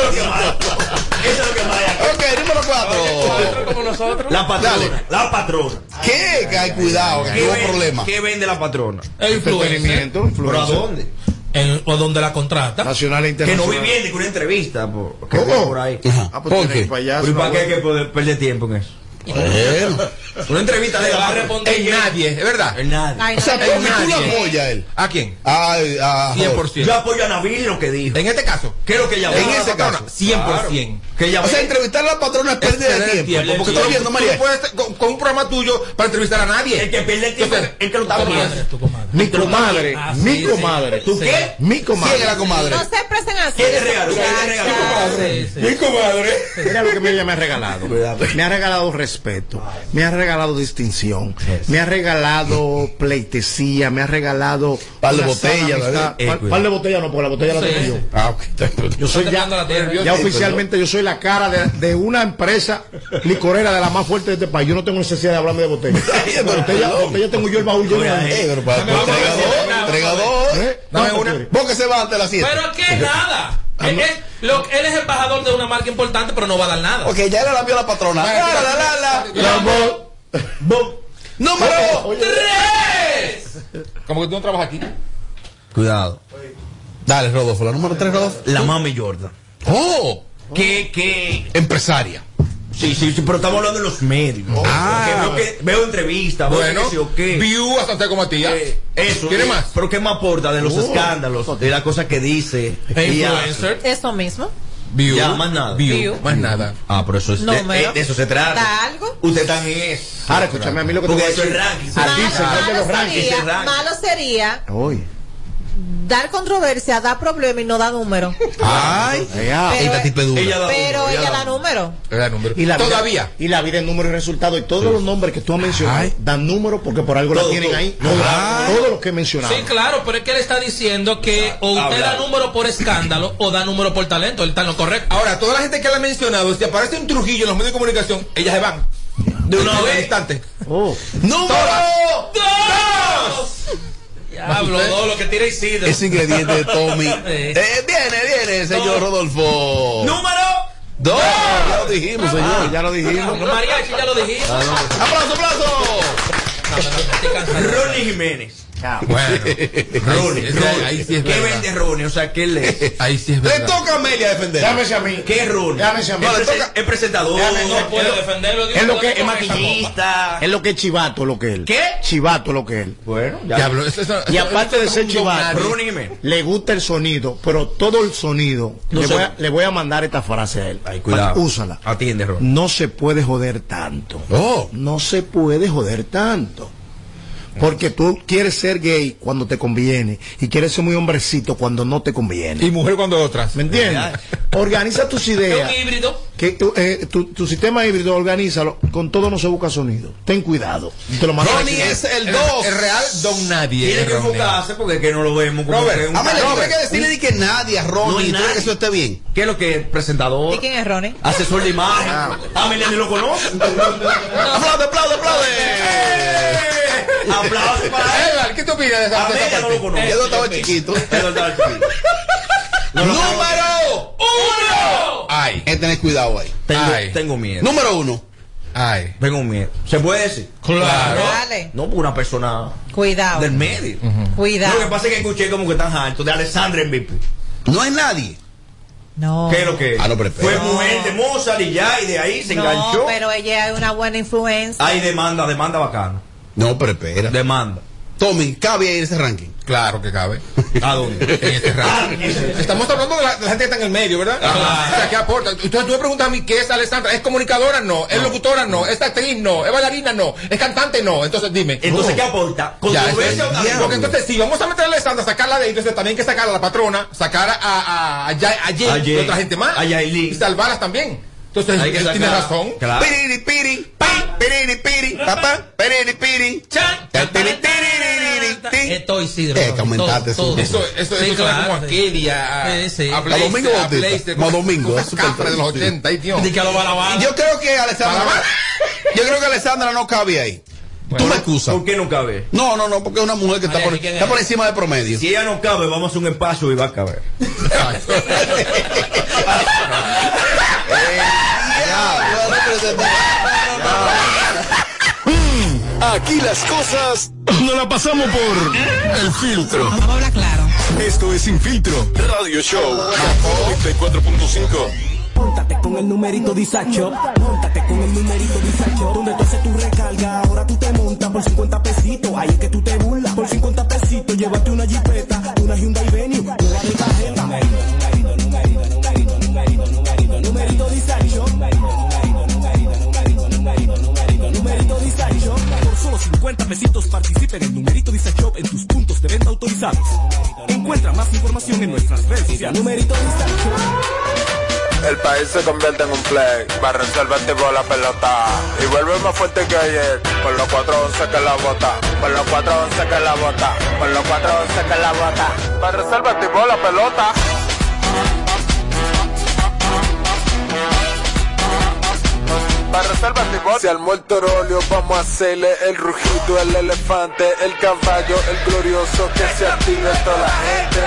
[SPEAKER 5] es lo que más. Eso es lo que más. hay aquí.
[SPEAKER 2] Ok, número cuatro.
[SPEAKER 1] Cuatro como nosotros.
[SPEAKER 5] La patrona.
[SPEAKER 2] Dale.
[SPEAKER 5] La patrona.
[SPEAKER 2] ¿Qué? Que hay cuidado, que aquí
[SPEAKER 5] ¿Qué
[SPEAKER 2] hubo
[SPEAKER 5] vende-
[SPEAKER 2] problema.
[SPEAKER 5] ¿Qué vende la patrona?
[SPEAKER 1] El influencer.
[SPEAKER 4] Entretenimiento,
[SPEAKER 5] ¿Pero a
[SPEAKER 4] influencia
[SPEAKER 5] dónde?
[SPEAKER 1] En- o donde la contrata.
[SPEAKER 4] nacional e
[SPEAKER 5] Que no
[SPEAKER 4] internacional.
[SPEAKER 5] vi bien de que una entrevista. Por, que
[SPEAKER 4] ¿Cómo?
[SPEAKER 5] vea por ahí.
[SPEAKER 2] Ajá.
[SPEAKER 4] Ah, pues
[SPEAKER 2] ¿Por
[SPEAKER 4] tiene
[SPEAKER 2] qué?
[SPEAKER 4] payaso,
[SPEAKER 5] ¿Y para
[SPEAKER 4] no,
[SPEAKER 5] qué hay
[SPEAKER 4] bueno.
[SPEAKER 5] que poder perder tiempo en eso?
[SPEAKER 2] Bueno.
[SPEAKER 5] Una entrevista de
[SPEAKER 1] Te va
[SPEAKER 5] la
[SPEAKER 1] a
[SPEAKER 5] patrona.
[SPEAKER 1] responder.
[SPEAKER 9] En nadie, es verdad.
[SPEAKER 5] El nadie.
[SPEAKER 11] Ay,
[SPEAKER 2] O sea,
[SPEAKER 11] no,
[SPEAKER 2] porque tú lo
[SPEAKER 9] nadie.
[SPEAKER 2] apoyas a él.
[SPEAKER 9] ¿A quién?
[SPEAKER 2] Ay, ah, joder.
[SPEAKER 9] 100%.
[SPEAKER 5] Yo apoyo a Nabil lo que dijo.
[SPEAKER 9] En este caso.
[SPEAKER 5] ¿Qué es lo que ella
[SPEAKER 2] En
[SPEAKER 5] busca?
[SPEAKER 2] ese caso.
[SPEAKER 9] 100%.
[SPEAKER 5] Que ella
[SPEAKER 2] O sea,
[SPEAKER 5] ve-
[SPEAKER 2] entrevistar a la patrona es pérdida
[SPEAKER 9] Perder
[SPEAKER 2] de
[SPEAKER 9] Este el
[SPEAKER 2] tiempo. Porque estoy
[SPEAKER 9] Tú-
[SPEAKER 2] viendo,
[SPEAKER 9] tú
[SPEAKER 2] María.
[SPEAKER 9] no puedes estar con, con un programa tuyo para entrevistar a nadie.
[SPEAKER 5] El que pierde el tiempo
[SPEAKER 9] Entonces,
[SPEAKER 5] el que lo está viendo.
[SPEAKER 1] tu comadre.
[SPEAKER 4] Mi comadre,
[SPEAKER 1] Ah, sí,
[SPEAKER 4] mi
[SPEAKER 1] sí.
[SPEAKER 4] comadre.
[SPEAKER 5] ¿Tú
[SPEAKER 1] Sí.
[SPEAKER 5] qué?
[SPEAKER 4] Mi comadre.
[SPEAKER 2] ¿Quién era comadre?
[SPEAKER 11] no se expresen así.
[SPEAKER 5] ¿Qué le regalo? ¿Qué le
[SPEAKER 11] muchachas.
[SPEAKER 5] regalo?
[SPEAKER 1] Sí, sí.
[SPEAKER 5] Mi comadre.
[SPEAKER 4] Mira lo que ella me ha regalado.
[SPEAKER 5] Cuidado.
[SPEAKER 4] Me ha regalado respeto, me ha regalado distinción, me ha regalado pleitesía, me ha regalado
[SPEAKER 2] Par de
[SPEAKER 4] una
[SPEAKER 2] botella,
[SPEAKER 4] sana amistad.
[SPEAKER 2] ¿verdad?
[SPEAKER 5] Eh,
[SPEAKER 4] Par-
[SPEAKER 5] cuidado.
[SPEAKER 4] par de botella no, porque la botella la
[SPEAKER 1] Sí,
[SPEAKER 4] tengo yo.
[SPEAKER 1] sí.
[SPEAKER 2] Ah, ok.
[SPEAKER 4] Yo soy
[SPEAKER 1] Está
[SPEAKER 4] ya,
[SPEAKER 1] temblando la tierra.
[SPEAKER 4] ya oficialmente yo soy la cara de, de una empresa licorera de la más fuerte de este país. Yo no tengo necesidad de hablarme de botella.
[SPEAKER 2] Pero
[SPEAKER 4] botella,
[SPEAKER 2] perdón.
[SPEAKER 4] botella tengo yo el baúl lleno.
[SPEAKER 2] Eh, pero para
[SPEAKER 1] Dame una, dame
[SPEAKER 2] entregador,
[SPEAKER 1] una.
[SPEAKER 2] entregador.
[SPEAKER 4] ¿Eh?
[SPEAKER 9] Dame
[SPEAKER 4] ¿Cuánto
[SPEAKER 9] una.
[SPEAKER 4] quiere?
[SPEAKER 2] Vos que se va antes de las 7.
[SPEAKER 1] Pero que nada. Él es, lo- él es embajador de una marca importante, pero no va a dar nada.
[SPEAKER 2] Ok, ya era la vio la patrona. La, la, la, la. Número.
[SPEAKER 1] ¡Tres!
[SPEAKER 9] Como que tú no trabajas aquí.
[SPEAKER 5] Cuidado.
[SPEAKER 2] Dale, Rodolfo, la número 3, Rodolfo.
[SPEAKER 5] La mami Jordan.
[SPEAKER 2] Oh,
[SPEAKER 5] que, que
[SPEAKER 2] empresaria.
[SPEAKER 5] Sí, sí, sí, pero estamos hablando de los medios.
[SPEAKER 2] Ah.
[SPEAKER 5] Porque veo, que- veo entrevistas, veo
[SPEAKER 9] Bueno,
[SPEAKER 5] que sí o qué.
[SPEAKER 9] view a Santiago Matías.
[SPEAKER 5] Eh, eso.
[SPEAKER 9] ¿Tiene
[SPEAKER 5] eh,
[SPEAKER 9] más?
[SPEAKER 5] Pero ¿qué me aporta de los
[SPEAKER 9] Oh.
[SPEAKER 5] escándalos? De la cosa que dice. y hace?
[SPEAKER 11] Eso mismo.
[SPEAKER 9] View.
[SPEAKER 5] Ya, más nada.
[SPEAKER 9] View,
[SPEAKER 11] View.
[SPEAKER 9] Más nada.
[SPEAKER 5] Ah, pero eso es. de,
[SPEAKER 11] Número.
[SPEAKER 5] de- de eso se trata.
[SPEAKER 11] Da algo.
[SPEAKER 5] Usted también es.
[SPEAKER 4] Ahora, escúchame a mí lo que te
[SPEAKER 5] Porque
[SPEAKER 4] voy a
[SPEAKER 5] eso es
[SPEAKER 4] decir.
[SPEAKER 5] ranking.
[SPEAKER 4] Ah,
[SPEAKER 5] Eso es
[SPEAKER 4] dice,
[SPEAKER 5] ranking.
[SPEAKER 4] de los
[SPEAKER 11] Malo
[SPEAKER 4] rankings,
[SPEAKER 5] Ese es
[SPEAKER 11] sería,
[SPEAKER 5] ranking.
[SPEAKER 11] malo sería
[SPEAKER 4] Hoy.
[SPEAKER 11] dar controversia, dar problema y no dar número.
[SPEAKER 2] Ay,
[SPEAKER 4] Ya.
[SPEAKER 11] Pero-
[SPEAKER 2] esta tipa es dura.
[SPEAKER 5] Ella da
[SPEAKER 11] Pero
[SPEAKER 5] número,
[SPEAKER 11] ella
[SPEAKER 5] ella
[SPEAKER 11] da número.
[SPEAKER 9] Le da número.
[SPEAKER 4] Y la
[SPEAKER 9] Todavía.
[SPEAKER 4] Vida, y la vida en número y resultado. Y todos los nombres que tú has mencionado
[SPEAKER 2] Ay.
[SPEAKER 4] dan número porque por algo la
[SPEAKER 5] Todo,
[SPEAKER 4] tienen
[SPEAKER 5] todo.
[SPEAKER 4] ahí. Todos- Todos los que mencionaron.
[SPEAKER 1] Sí, claro, pero es que él está diciendo que o usted
[SPEAKER 5] Habla.
[SPEAKER 1] da número por escándalo o da número por talento. Él está en lo correcto.
[SPEAKER 9] Ahora, toda la gente que la ha mencionado, si aparece un Trujillo en los medios de comunicación, ellas se van.
[SPEAKER 5] De una
[SPEAKER 9] Al
[SPEAKER 5] vez.
[SPEAKER 9] instante.
[SPEAKER 4] Oh.
[SPEAKER 9] Todas.
[SPEAKER 1] Hablo dos, lo que tira Isidro.
[SPEAKER 2] Ese ingrediente de Tommy. Eh, viene, viene, señor Rodolfo.
[SPEAKER 5] Número.
[SPEAKER 2] Dos. Ya lo dijimos, señor. Ah, Ya lo dijimos.
[SPEAKER 1] Los mariachi ya lo dijimos.
[SPEAKER 2] ¡Aplauso, aplauso!
[SPEAKER 1] Estoy cansado.
[SPEAKER 5] Ronnie Jiménez.
[SPEAKER 9] Bueno.
[SPEAKER 5] Ronnie.
[SPEAKER 9] Ahí sí,
[SPEAKER 5] Ronnie.
[SPEAKER 9] ahí sí es
[SPEAKER 5] ¿Qué
[SPEAKER 9] verdad.
[SPEAKER 5] vende Ronnie? O sea, ¿qué le.
[SPEAKER 9] Ahí sí es
[SPEAKER 2] Le
[SPEAKER 9] verdad.
[SPEAKER 2] toca a Amelia defender.
[SPEAKER 4] Llámese a mí.
[SPEAKER 5] ¿Qué es Ronnie?
[SPEAKER 4] Llámese a mí.
[SPEAKER 5] Es
[SPEAKER 4] No, le
[SPEAKER 5] presen-
[SPEAKER 4] toca-
[SPEAKER 5] Es presentador.
[SPEAKER 4] Llámese a mí.
[SPEAKER 1] No puede defenderlo.
[SPEAKER 4] Es lo que es maquillista.
[SPEAKER 5] Maquillista.
[SPEAKER 4] Es lo que es chivato lo que él.
[SPEAKER 5] ¿Qué?
[SPEAKER 4] Chivato lo que él.
[SPEAKER 5] Bueno, ya.
[SPEAKER 9] Diablo, eso- eso-
[SPEAKER 4] Y
[SPEAKER 9] eso-
[SPEAKER 4] aparte
[SPEAKER 9] eso
[SPEAKER 4] de
[SPEAKER 9] es
[SPEAKER 4] ser
[SPEAKER 9] un
[SPEAKER 4] chivato,
[SPEAKER 9] donar.
[SPEAKER 5] Ronnie Jiménez.
[SPEAKER 4] le gusta el sonido, pero todo el sonido.
[SPEAKER 5] No
[SPEAKER 4] le,
[SPEAKER 5] sé.
[SPEAKER 4] voy a, le voy a mandar esta frase a él.
[SPEAKER 5] Ay, cuidado.
[SPEAKER 4] Úsala.
[SPEAKER 5] Atiende, Ronnie.
[SPEAKER 4] No se puede joder tanto.
[SPEAKER 2] Oh.
[SPEAKER 4] No se puede joder tanto. Porque tú quieres ser gay cuando te conviene y quieres ser muy hombrecito cuando no te conviene.
[SPEAKER 9] Y mujer cuando otras.
[SPEAKER 4] ¿Me entiendes? Organiza tus
[SPEAKER 1] Es
[SPEAKER 4] ideas.
[SPEAKER 1] un híbrido.
[SPEAKER 4] Que tu, eh, tu, tu sistema híbrido, organízalo. Con todo no se busca sonido. Ten cuidado. Te lo mando a
[SPEAKER 2] Ronnie
[SPEAKER 4] decir.
[SPEAKER 2] es el dos.
[SPEAKER 9] El real don nadie.
[SPEAKER 5] Tiene que
[SPEAKER 9] Ronnie.
[SPEAKER 5] enfocarse porque es que no lo vemos. como
[SPEAKER 9] Robert,
[SPEAKER 5] que es un
[SPEAKER 2] Amelia, tú
[SPEAKER 5] Robert.
[SPEAKER 2] tienes que decirle de que nadie a
[SPEAKER 5] No hay
[SPEAKER 2] Ronnie. tú
[SPEAKER 5] nadie.
[SPEAKER 2] que eso esté bien.
[SPEAKER 5] ¿Qué es lo que es? Presentador.
[SPEAKER 11] ¿Y quién es Ronnie?
[SPEAKER 5] Asesor de imagen.
[SPEAKER 2] Ah.
[SPEAKER 5] Amelia ni lo conoce.
[SPEAKER 2] ¡Aplaude, aplaude, aplaude!
[SPEAKER 5] Aplausos para él.
[SPEAKER 9] Edgar, ¿qué te opinas de esa, de esa
[SPEAKER 5] Amelia no
[SPEAKER 9] parte?
[SPEAKER 5] lo conoce.
[SPEAKER 2] Yo estaba chiquito.
[SPEAKER 5] Es verdad, chiquito.
[SPEAKER 2] ¡Número!
[SPEAKER 9] Ay,
[SPEAKER 2] Hay que tener cuidado ahí.
[SPEAKER 9] ay,
[SPEAKER 5] Tengo, tengo miedo.
[SPEAKER 2] Número uno.
[SPEAKER 9] ay.
[SPEAKER 5] Tengo miedo. ¿Se puede decir?
[SPEAKER 9] Claro.
[SPEAKER 11] Dale.
[SPEAKER 5] No por una persona
[SPEAKER 11] Cuidado.
[SPEAKER 5] del medio.
[SPEAKER 11] Cuidado.
[SPEAKER 5] Lo que pasa es que escuché como que están alto de Alessandra MVP.
[SPEAKER 2] No hay nadie.
[SPEAKER 11] No.
[SPEAKER 5] ¿Qué es lo que es?
[SPEAKER 2] Ah, no, pero espera.
[SPEAKER 5] Fue mujer de Mozart y ya, y de ahí se
[SPEAKER 11] no,
[SPEAKER 5] enganchó.
[SPEAKER 11] pero ella es una buena influencia.
[SPEAKER 5] Hay demanda, demanda bacana.
[SPEAKER 2] No, pero espera.
[SPEAKER 5] Demanda.
[SPEAKER 2] Tommy, cabe ahí en ese ranking.
[SPEAKER 9] Claro que cabe.
[SPEAKER 5] ¿A dónde?
[SPEAKER 9] En este
[SPEAKER 5] Ah,
[SPEAKER 9] rato. Estamos hablando de la, de la gente que está en el medio, ¿verdad? O sea, ¿qué aporta? Entonces tú me preguntas a mí qué es Alessandra. ¿Es comunicadora? No. ¿Es locutora? No. ¿Es actriz? No. ¿Es bailarina? No. ¿Es cantante? No. Entonces dime.
[SPEAKER 5] Entonces,
[SPEAKER 9] Oh.
[SPEAKER 5] ¿qué aporta?
[SPEAKER 9] Ya, eso es
[SPEAKER 5] Controversia o
[SPEAKER 9] diablo. Porque
[SPEAKER 5] también.
[SPEAKER 9] entonces, si vamos a meter a Alessandra, sacarla de ahí, entonces también hay que sacar a la patrona, sacar a, a, a, Ya- a Jay,
[SPEAKER 5] A Jay.
[SPEAKER 9] y otra gente más.
[SPEAKER 5] A Yailin.
[SPEAKER 9] Y salvarlas también. Entonces,
[SPEAKER 5] Hay que
[SPEAKER 9] él tiene
[SPEAKER 5] sacar-
[SPEAKER 9] razón.
[SPEAKER 5] Claro.
[SPEAKER 2] Piriri, piri, pam, piriri, piri, papá, piriri, piri,
[SPEAKER 1] Chan.
[SPEAKER 2] Tiri, tiri, tiri, tiri, tiri.
[SPEAKER 1] Esto Isidro.
[SPEAKER 2] Eh, que aumentaste
[SPEAKER 1] Todo,
[SPEAKER 2] eso.
[SPEAKER 1] todo.
[SPEAKER 9] Eso, eso,
[SPEAKER 1] Sí,
[SPEAKER 9] eso suena
[SPEAKER 1] claro,
[SPEAKER 9] como a
[SPEAKER 1] sí.
[SPEAKER 9] Kelia, a,
[SPEAKER 1] Sí, sí.
[SPEAKER 9] a Blaze,
[SPEAKER 2] A Domingo
[SPEAKER 9] a
[SPEAKER 2] Bautista.
[SPEAKER 9] Blaze,
[SPEAKER 2] Como a Domingo,
[SPEAKER 9] esas
[SPEAKER 2] es súper
[SPEAKER 9] cafres de los
[SPEAKER 2] sí.
[SPEAKER 9] 80, ay, Dios.
[SPEAKER 1] Di que lo va a lavar.
[SPEAKER 2] Yo creo que Alessandra.
[SPEAKER 9] Para-
[SPEAKER 2] Yo creo que Alessandra no cabe ahí. Tú me excusas.
[SPEAKER 5] ¿Por qué no cabe?
[SPEAKER 2] No, no, no, porque es una mujer que está
[SPEAKER 1] María,
[SPEAKER 2] por,
[SPEAKER 1] ¿y quién
[SPEAKER 2] está
[SPEAKER 1] es?
[SPEAKER 2] por encima del promedio.
[SPEAKER 5] Si ella no cabe, vamos a hacer un espacio y va a caber.
[SPEAKER 9] Exacto.
[SPEAKER 2] Ya, no, pero se-
[SPEAKER 12] Aquí las cosas no la pasamos por el filtro.
[SPEAKER 11] Vamos a hablar claro.
[SPEAKER 12] Esto es Sin Filtro Radio Show 24.5.
[SPEAKER 13] Póntate con el numerito disacho. Póntate con el numerito disacho. Donde tú haces tu recarga, ahora tú te montas por 50 pesitos. Ahí es que tú te burlas. Por 50 pesitos, llévate una jipeta, una Hyundai Venue, nueva de tarjeta. Numerito, numerito, numerito, numerito, numerito, numerito disacho. Numerito, numerito, numerito, numerito, numerito, numerito disacho. Por solo 50 pesitos participa en el numerito disacho en tus puntos de venta autorizados. Encuentra más información en nuestras redes sociales. Numerito disacho.
[SPEAKER 14] El país se convierte en un play. Barrio el por la pelota. Y vuelve más fuerte que ayer. Con los 411 que la bota. Con los 411 que la bota. Con los 411 que la bota. Barrio el por la pelota. Barrio el Si al muerto óleo vamos a hacerle el rugido, el elefante, el caballo, el glorioso que se active toda la gente.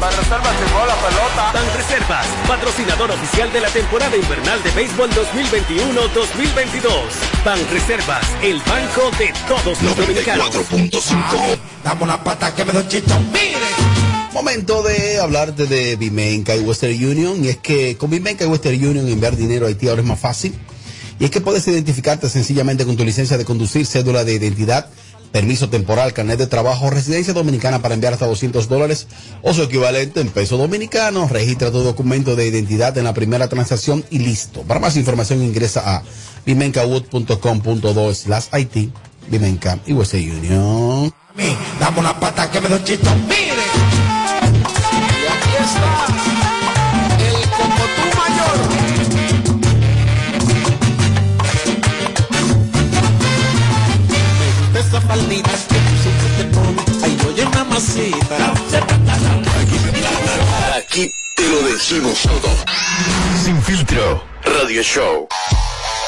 [SPEAKER 14] Para reservas la pelota.
[SPEAKER 15] Pan Reservas,
[SPEAKER 5] patrocinador oficial de la temporada invernal de béisbol 2021-2022. Pan Reservas, el banco de todos los dominicanos.
[SPEAKER 7] 4.5. Dame una pata que me doy chito. Mire.
[SPEAKER 2] Momento de hablarte de Bimenca y Western Union. Y es que con Bimenca y Western Union enviar dinero a Haití ahora es más fácil. Y es que puedes identificarte sencillamente con tu licencia de conducir, cédula de identidad, permiso temporal, carnet de trabajo, residencia dominicana para enviar hasta 200 dólares o su equivalente en peso dominicano. Registra tu documento de identidad en la primera transacción y listo. Para más información ingresa a bimencawood.com.do slash IT, Bimenca y Western Union.
[SPEAKER 7] mí, dame una pata que me doy chito. Mire. Y aquí está el como tú mayor.
[SPEAKER 16] De esas falditas que tú siempre te pones, ay, oye una masita.
[SPEAKER 17] Aquí te lo decimos todo. Sin filtro, radio show.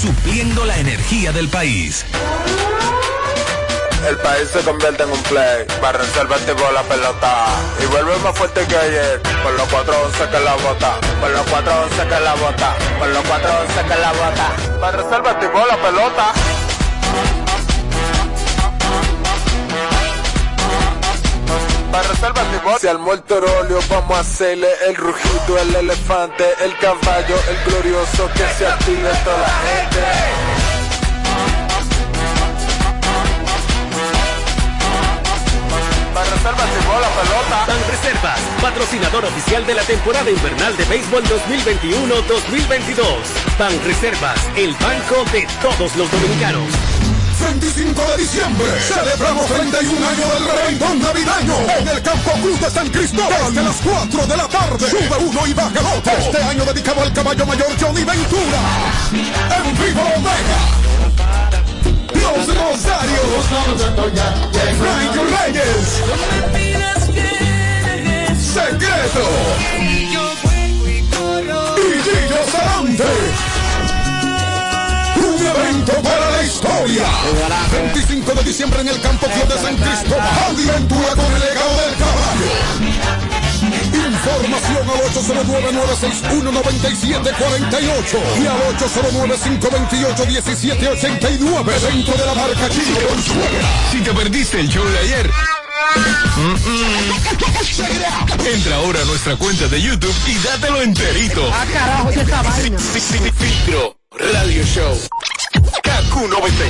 [SPEAKER 9] supliendo la energía del país.
[SPEAKER 14] El país se convierte en un play. Para reservarte por la pelota. Y vuelve más fuerte que ayer. Con los cuatro once que la bota. Con los cuatro once que la bota. Con los cuatro once que la bota. Para reservarte por la pelota. Para reservarte por Si al muerto óleo vamos a hacerle el rugido, el elefante, el caballo, el glorioso que se active toda la gente.
[SPEAKER 5] Pan Reservas, patrocinador oficial de la temporada invernal de béisbol 2021-2022. Pan Reservas, el banco de todos los dominicanos.
[SPEAKER 7] 25 de diciembre celebramos 31 años del reventón navideño en el Campo Cruz de San Cristóbal desde las 4 de la tarde. Sube uno y baja el otro. Este año dedicado al caballo mayor Johnny Ventura. En vivo Omega. Los Rosarios. Frank Reyes. Secreto. Y Gillo Sarante. Un evento para la historia. 25 de diciembre en el Campo Club de San Cristóbal. Audi Ventura con el legado del caballo. Información al 809-961-9748 y al 809-528-1789 dentro de la marca Chile Consuegra.
[SPEAKER 17] Si te perdiste el show de ayer. mm, mm. Entra ahora a nuestra cuenta de YouTube y dátelo enterito.
[SPEAKER 18] Ah, carajo, ¿y esta vaina?
[SPEAKER 17] Sin- sin filtro, radio show. KQ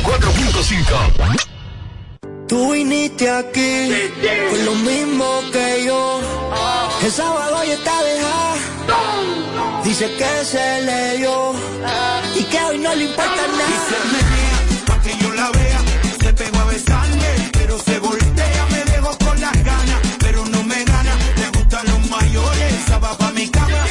[SPEAKER 17] 94.5.
[SPEAKER 19] Tú viniste aquí con lo mismo que yo. El sábado ya está dejada. Dice que se le dio y que hoy no le importa nada.
[SPEAKER 7] Pa' que yo la vea, se pegó a besarme, pero se voltea, me dejo con las ganas, pero no me gana, le gustan los mayores, esa va pa' mi cama.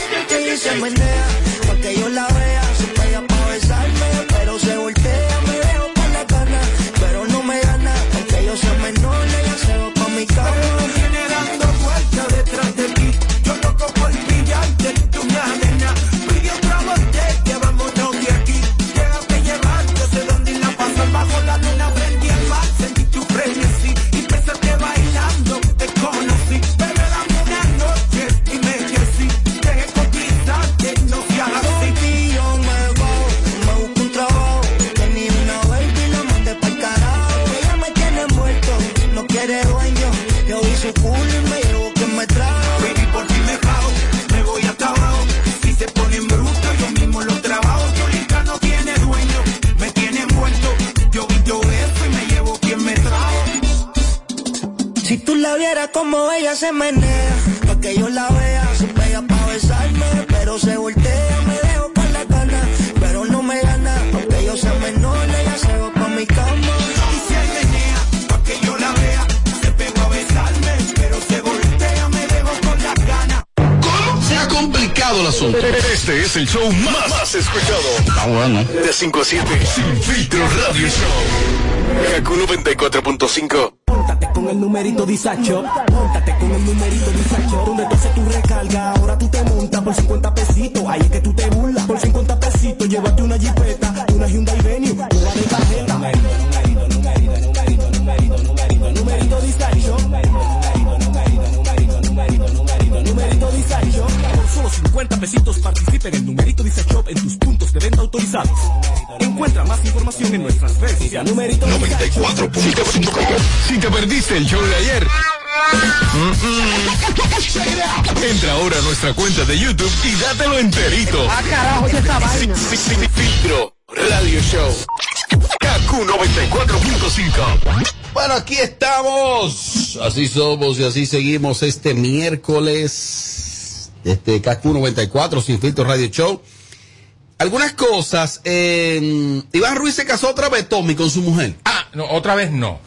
[SPEAKER 19] Y se menea pa' que yo la vea. Se pega pa' besarme, pero se voltea. Me dejo por la gana, pero no me gana. Aunque yo sea menor, ella se va pa' mi cama.
[SPEAKER 7] Viene dando vueltas detrás de ti, yo loco por pillarte, tú me arena, pide otra botella, vámonos de aquí, déjame llevar, yo sé dónde la pasan, bajo la luna prendí el mar, sentí tu frenesí, y pensaste bailando, te conocí, bebé dame una noche, y me que sí, deje conquistarte, no seas así.
[SPEAKER 19] Y yo me voy, me busco un trabajo. Que ni una baby la mandé pa'l carajo. Ella me tiene muerto, no quiere dueño. Yo vi su culo y me llevo que me trajo.
[SPEAKER 7] Baby, por ti me pago, me voy hasta abajo. Si se ponen bruto, yo mismo los trabajo. Yolita no tiene dueño, me tiene muerto. Yo vi yo eso y me llevo quien me trajo.
[SPEAKER 19] Si tú la vieras como ella se menea, pa' que yo la vea, se pega pa' besarme, pero se voltea, me dejo con la gana, pero no me gana, aunque yo sea menor, ella se va pa' mi cama.
[SPEAKER 7] Y se menea, pa' que yo la vea. Se pegó a besarme, pero se voltea, me dejo con las ganas.
[SPEAKER 17] ¿Cómo? Se ha complicado el asunto.
[SPEAKER 14] Este es el show más, más escuchado.
[SPEAKER 20] Ah, bueno.
[SPEAKER 14] De 5 a 7. Sin filtro radio show. Kaku 94.5.
[SPEAKER 21] Móntate con el numerito disacho. Móntate con el numerito disacho. Donde tú haces tu recarga, ahora tú te montas por 50 pesitos. Ahí es que tú te burlas. Por 50 pesitos, llévate una jipeta, una Hyundai Venue, una de tarjeta. Numerito, numerito, numerito, numerito, numerito, numerito disacho. Numerito disacho.
[SPEAKER 22] Por solo 50 pesitos participa en el numerito Dice Shop en tus puntos de venta autorizados. Encuentra más información en nuestras redes sociales.
[SPEAKER 21] Numerito
[SPEAKER 14] 94.5. Si te perdiste el show de ayer. mm-mm. Entra ahora a nuestra cuenta de YouTube y dátelo enterito.
[SPEAKER 23] Ah, carajo, ¿y esta vaina?
[SPEAKER 14] Sin, sin- sin filtro radio show. Kaku 94.5.
[SPEAKER 2] Bueno, aquí estamos. Así somos y así seguimos este miércoles. Este KQ 94, Sin Filtro Radio Show. Algunas cosas. eh, Iván Ruiz se casó otra vez, Tommy, con su mujer.
[SPEAKER 9] Ah, no, otra vez no.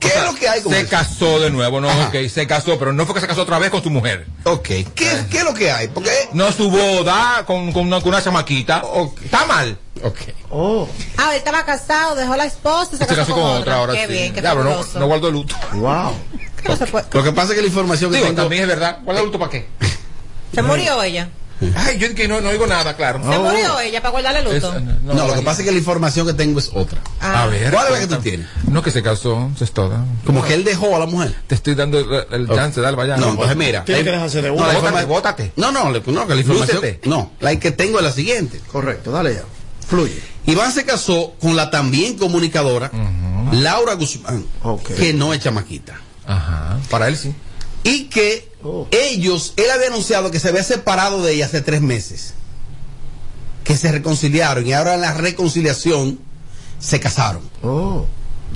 [SPEAKER 2] ¿Qué es lo que hay con
[SPEAKER 9] Se
[SPEAKER 2] eso?
[SPEAKER 9] casó de nuevo, no, ok, se casó, pero no fue que se casó otra vez con su mujer. Ah.
[SPEAKER 2] Ok, ¿qué, qué es lo que hay? Porque
[SPEAKER 9] no su boda con, con una, con una chamaquita. Está mal.
[SPEAKER 2] Ok.
[SPEAKER 4] Oh.
[SPEAKER 11] Ah, él estaba casado, dejó la esposa y se,
[SPEAKER 9] Se casó con otra ahora.
[SPEAKER 11] Qué
[SPEAKER 9] sí.
[SPEAKER 11] bien, qué
[SPEAKER 9] Ya, pero no,
[SPEAKER 11] fabuloso.
[SPEAKER 9] no guardo luto.
[SPEAKER 4] Wow.
[SPEAKER 11] No se, puede-
[SPEAKER 2] Lo que pasa es que la información que
[SPEAKER 9] Digo,
[SPEAKER 2] tengo-
[SPEAKER 9] también es verdad. ¿Guardo luto para qué?
[SPEAKER 11] se
[SPEAKER 9] Mm.
[SPEAKER 11] murió ella.
[SPEAKER 9] Ay, yo que no, no oigo nada, claro.
[SPEAKER 11] Se murió ella para guardarle luto.
[SPEAKER 2] No, lo que pasa es que la información que tengo es otra.
[SPEAKER 11] Ah.
[SPEAKER 9] A ver.
[SPEAKER 2] ¿Cuál es la que tú tienes?
[SPEAKER 9] No, que se casó, eso es todo.
[SPEAKER 2] Como que él dejó a la mujer.
[SPEAKER 9] Te estoy dando el, el chance, dale, vaya.
[SPEAKER 2] No, entonces mira.
[SPEAKER 4] Tiene
[SPEAKER 2] la-
[SPEAKER 4] que dejarse de
[SPEAKER 2] no,
[SPEAKER 4] uno.
[SPEAKER 2] la
[SPEAKER 4] Bótate,
[SPEAKER 2] informa- No, no, le- no, que la información.
[SPEAKER 9] Lúcete.
[SPEAKER 2] No, la que tengo es la siguiente.
[SPEAKER 4] Correcto, dale ya. Fluye.
[SPEAKER 2] Iván se casó con la también comunicadora Laura Guzmán,
[SPEAKER 4] Ok.
[SPEAKER 2] que no es chamaquita.
[SPEAKER 9] Ajá, para él sí.
[SPEAKER 2] Y que
[SPEAKER 4] Oh.
[SPEAKER 2] ellos, él había anunciado que se había separado de ella hace tres meses. Que se reconciliaron y ahora en la reconciliación se casaron.
[SPEAKER 4] Oh.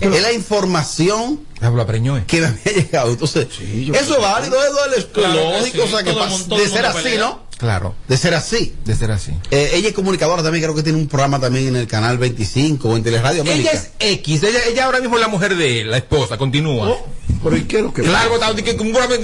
[SPEAKER 2] Es la información
[SPEAKER 9] Ya lo preñó,
[SPEAKER 2] que me había llegado. Entonces,
[SPEAKER 4] yo
[SPEAKER 2] eso es válido, Eduardo, es
[SPEAKER 10] Claro que
[SPEAKER 2] lógico,
[SPEAKER 10] sí,
[SPEAKER 2] o sea, que
[SPEAKER 10] todo el
[SPEAKER 2] pas-
[SPEAKER 10] mundo- todo
[SPEAKER 2] de
[SPEAKER 10] el
[SPEAKER 2] ser
[SPEAKER 10] mundo
[SPEAKER 2] así,
[SPEAKER 10] pelea.
[SPEAKER 2] ¿no?
[SPEAKER 9] Claro,
[SPEAKER 2] De ser así.
[SPEAKER 9] de ser así.
[SPEAKER 2] Eh, ella es comunicadora también, creo que tiene un programa también en el canal 25 o en Teleradio América.
[SPEAKER 9] Ella es X, ella, ella ahora mismo es la mujer de él, la esposa, continúa.
[SPEAKER 4] Oh, pero ¿y qué es lo que
[SPEAKER 9] Claro, botado, di que- como una- eso,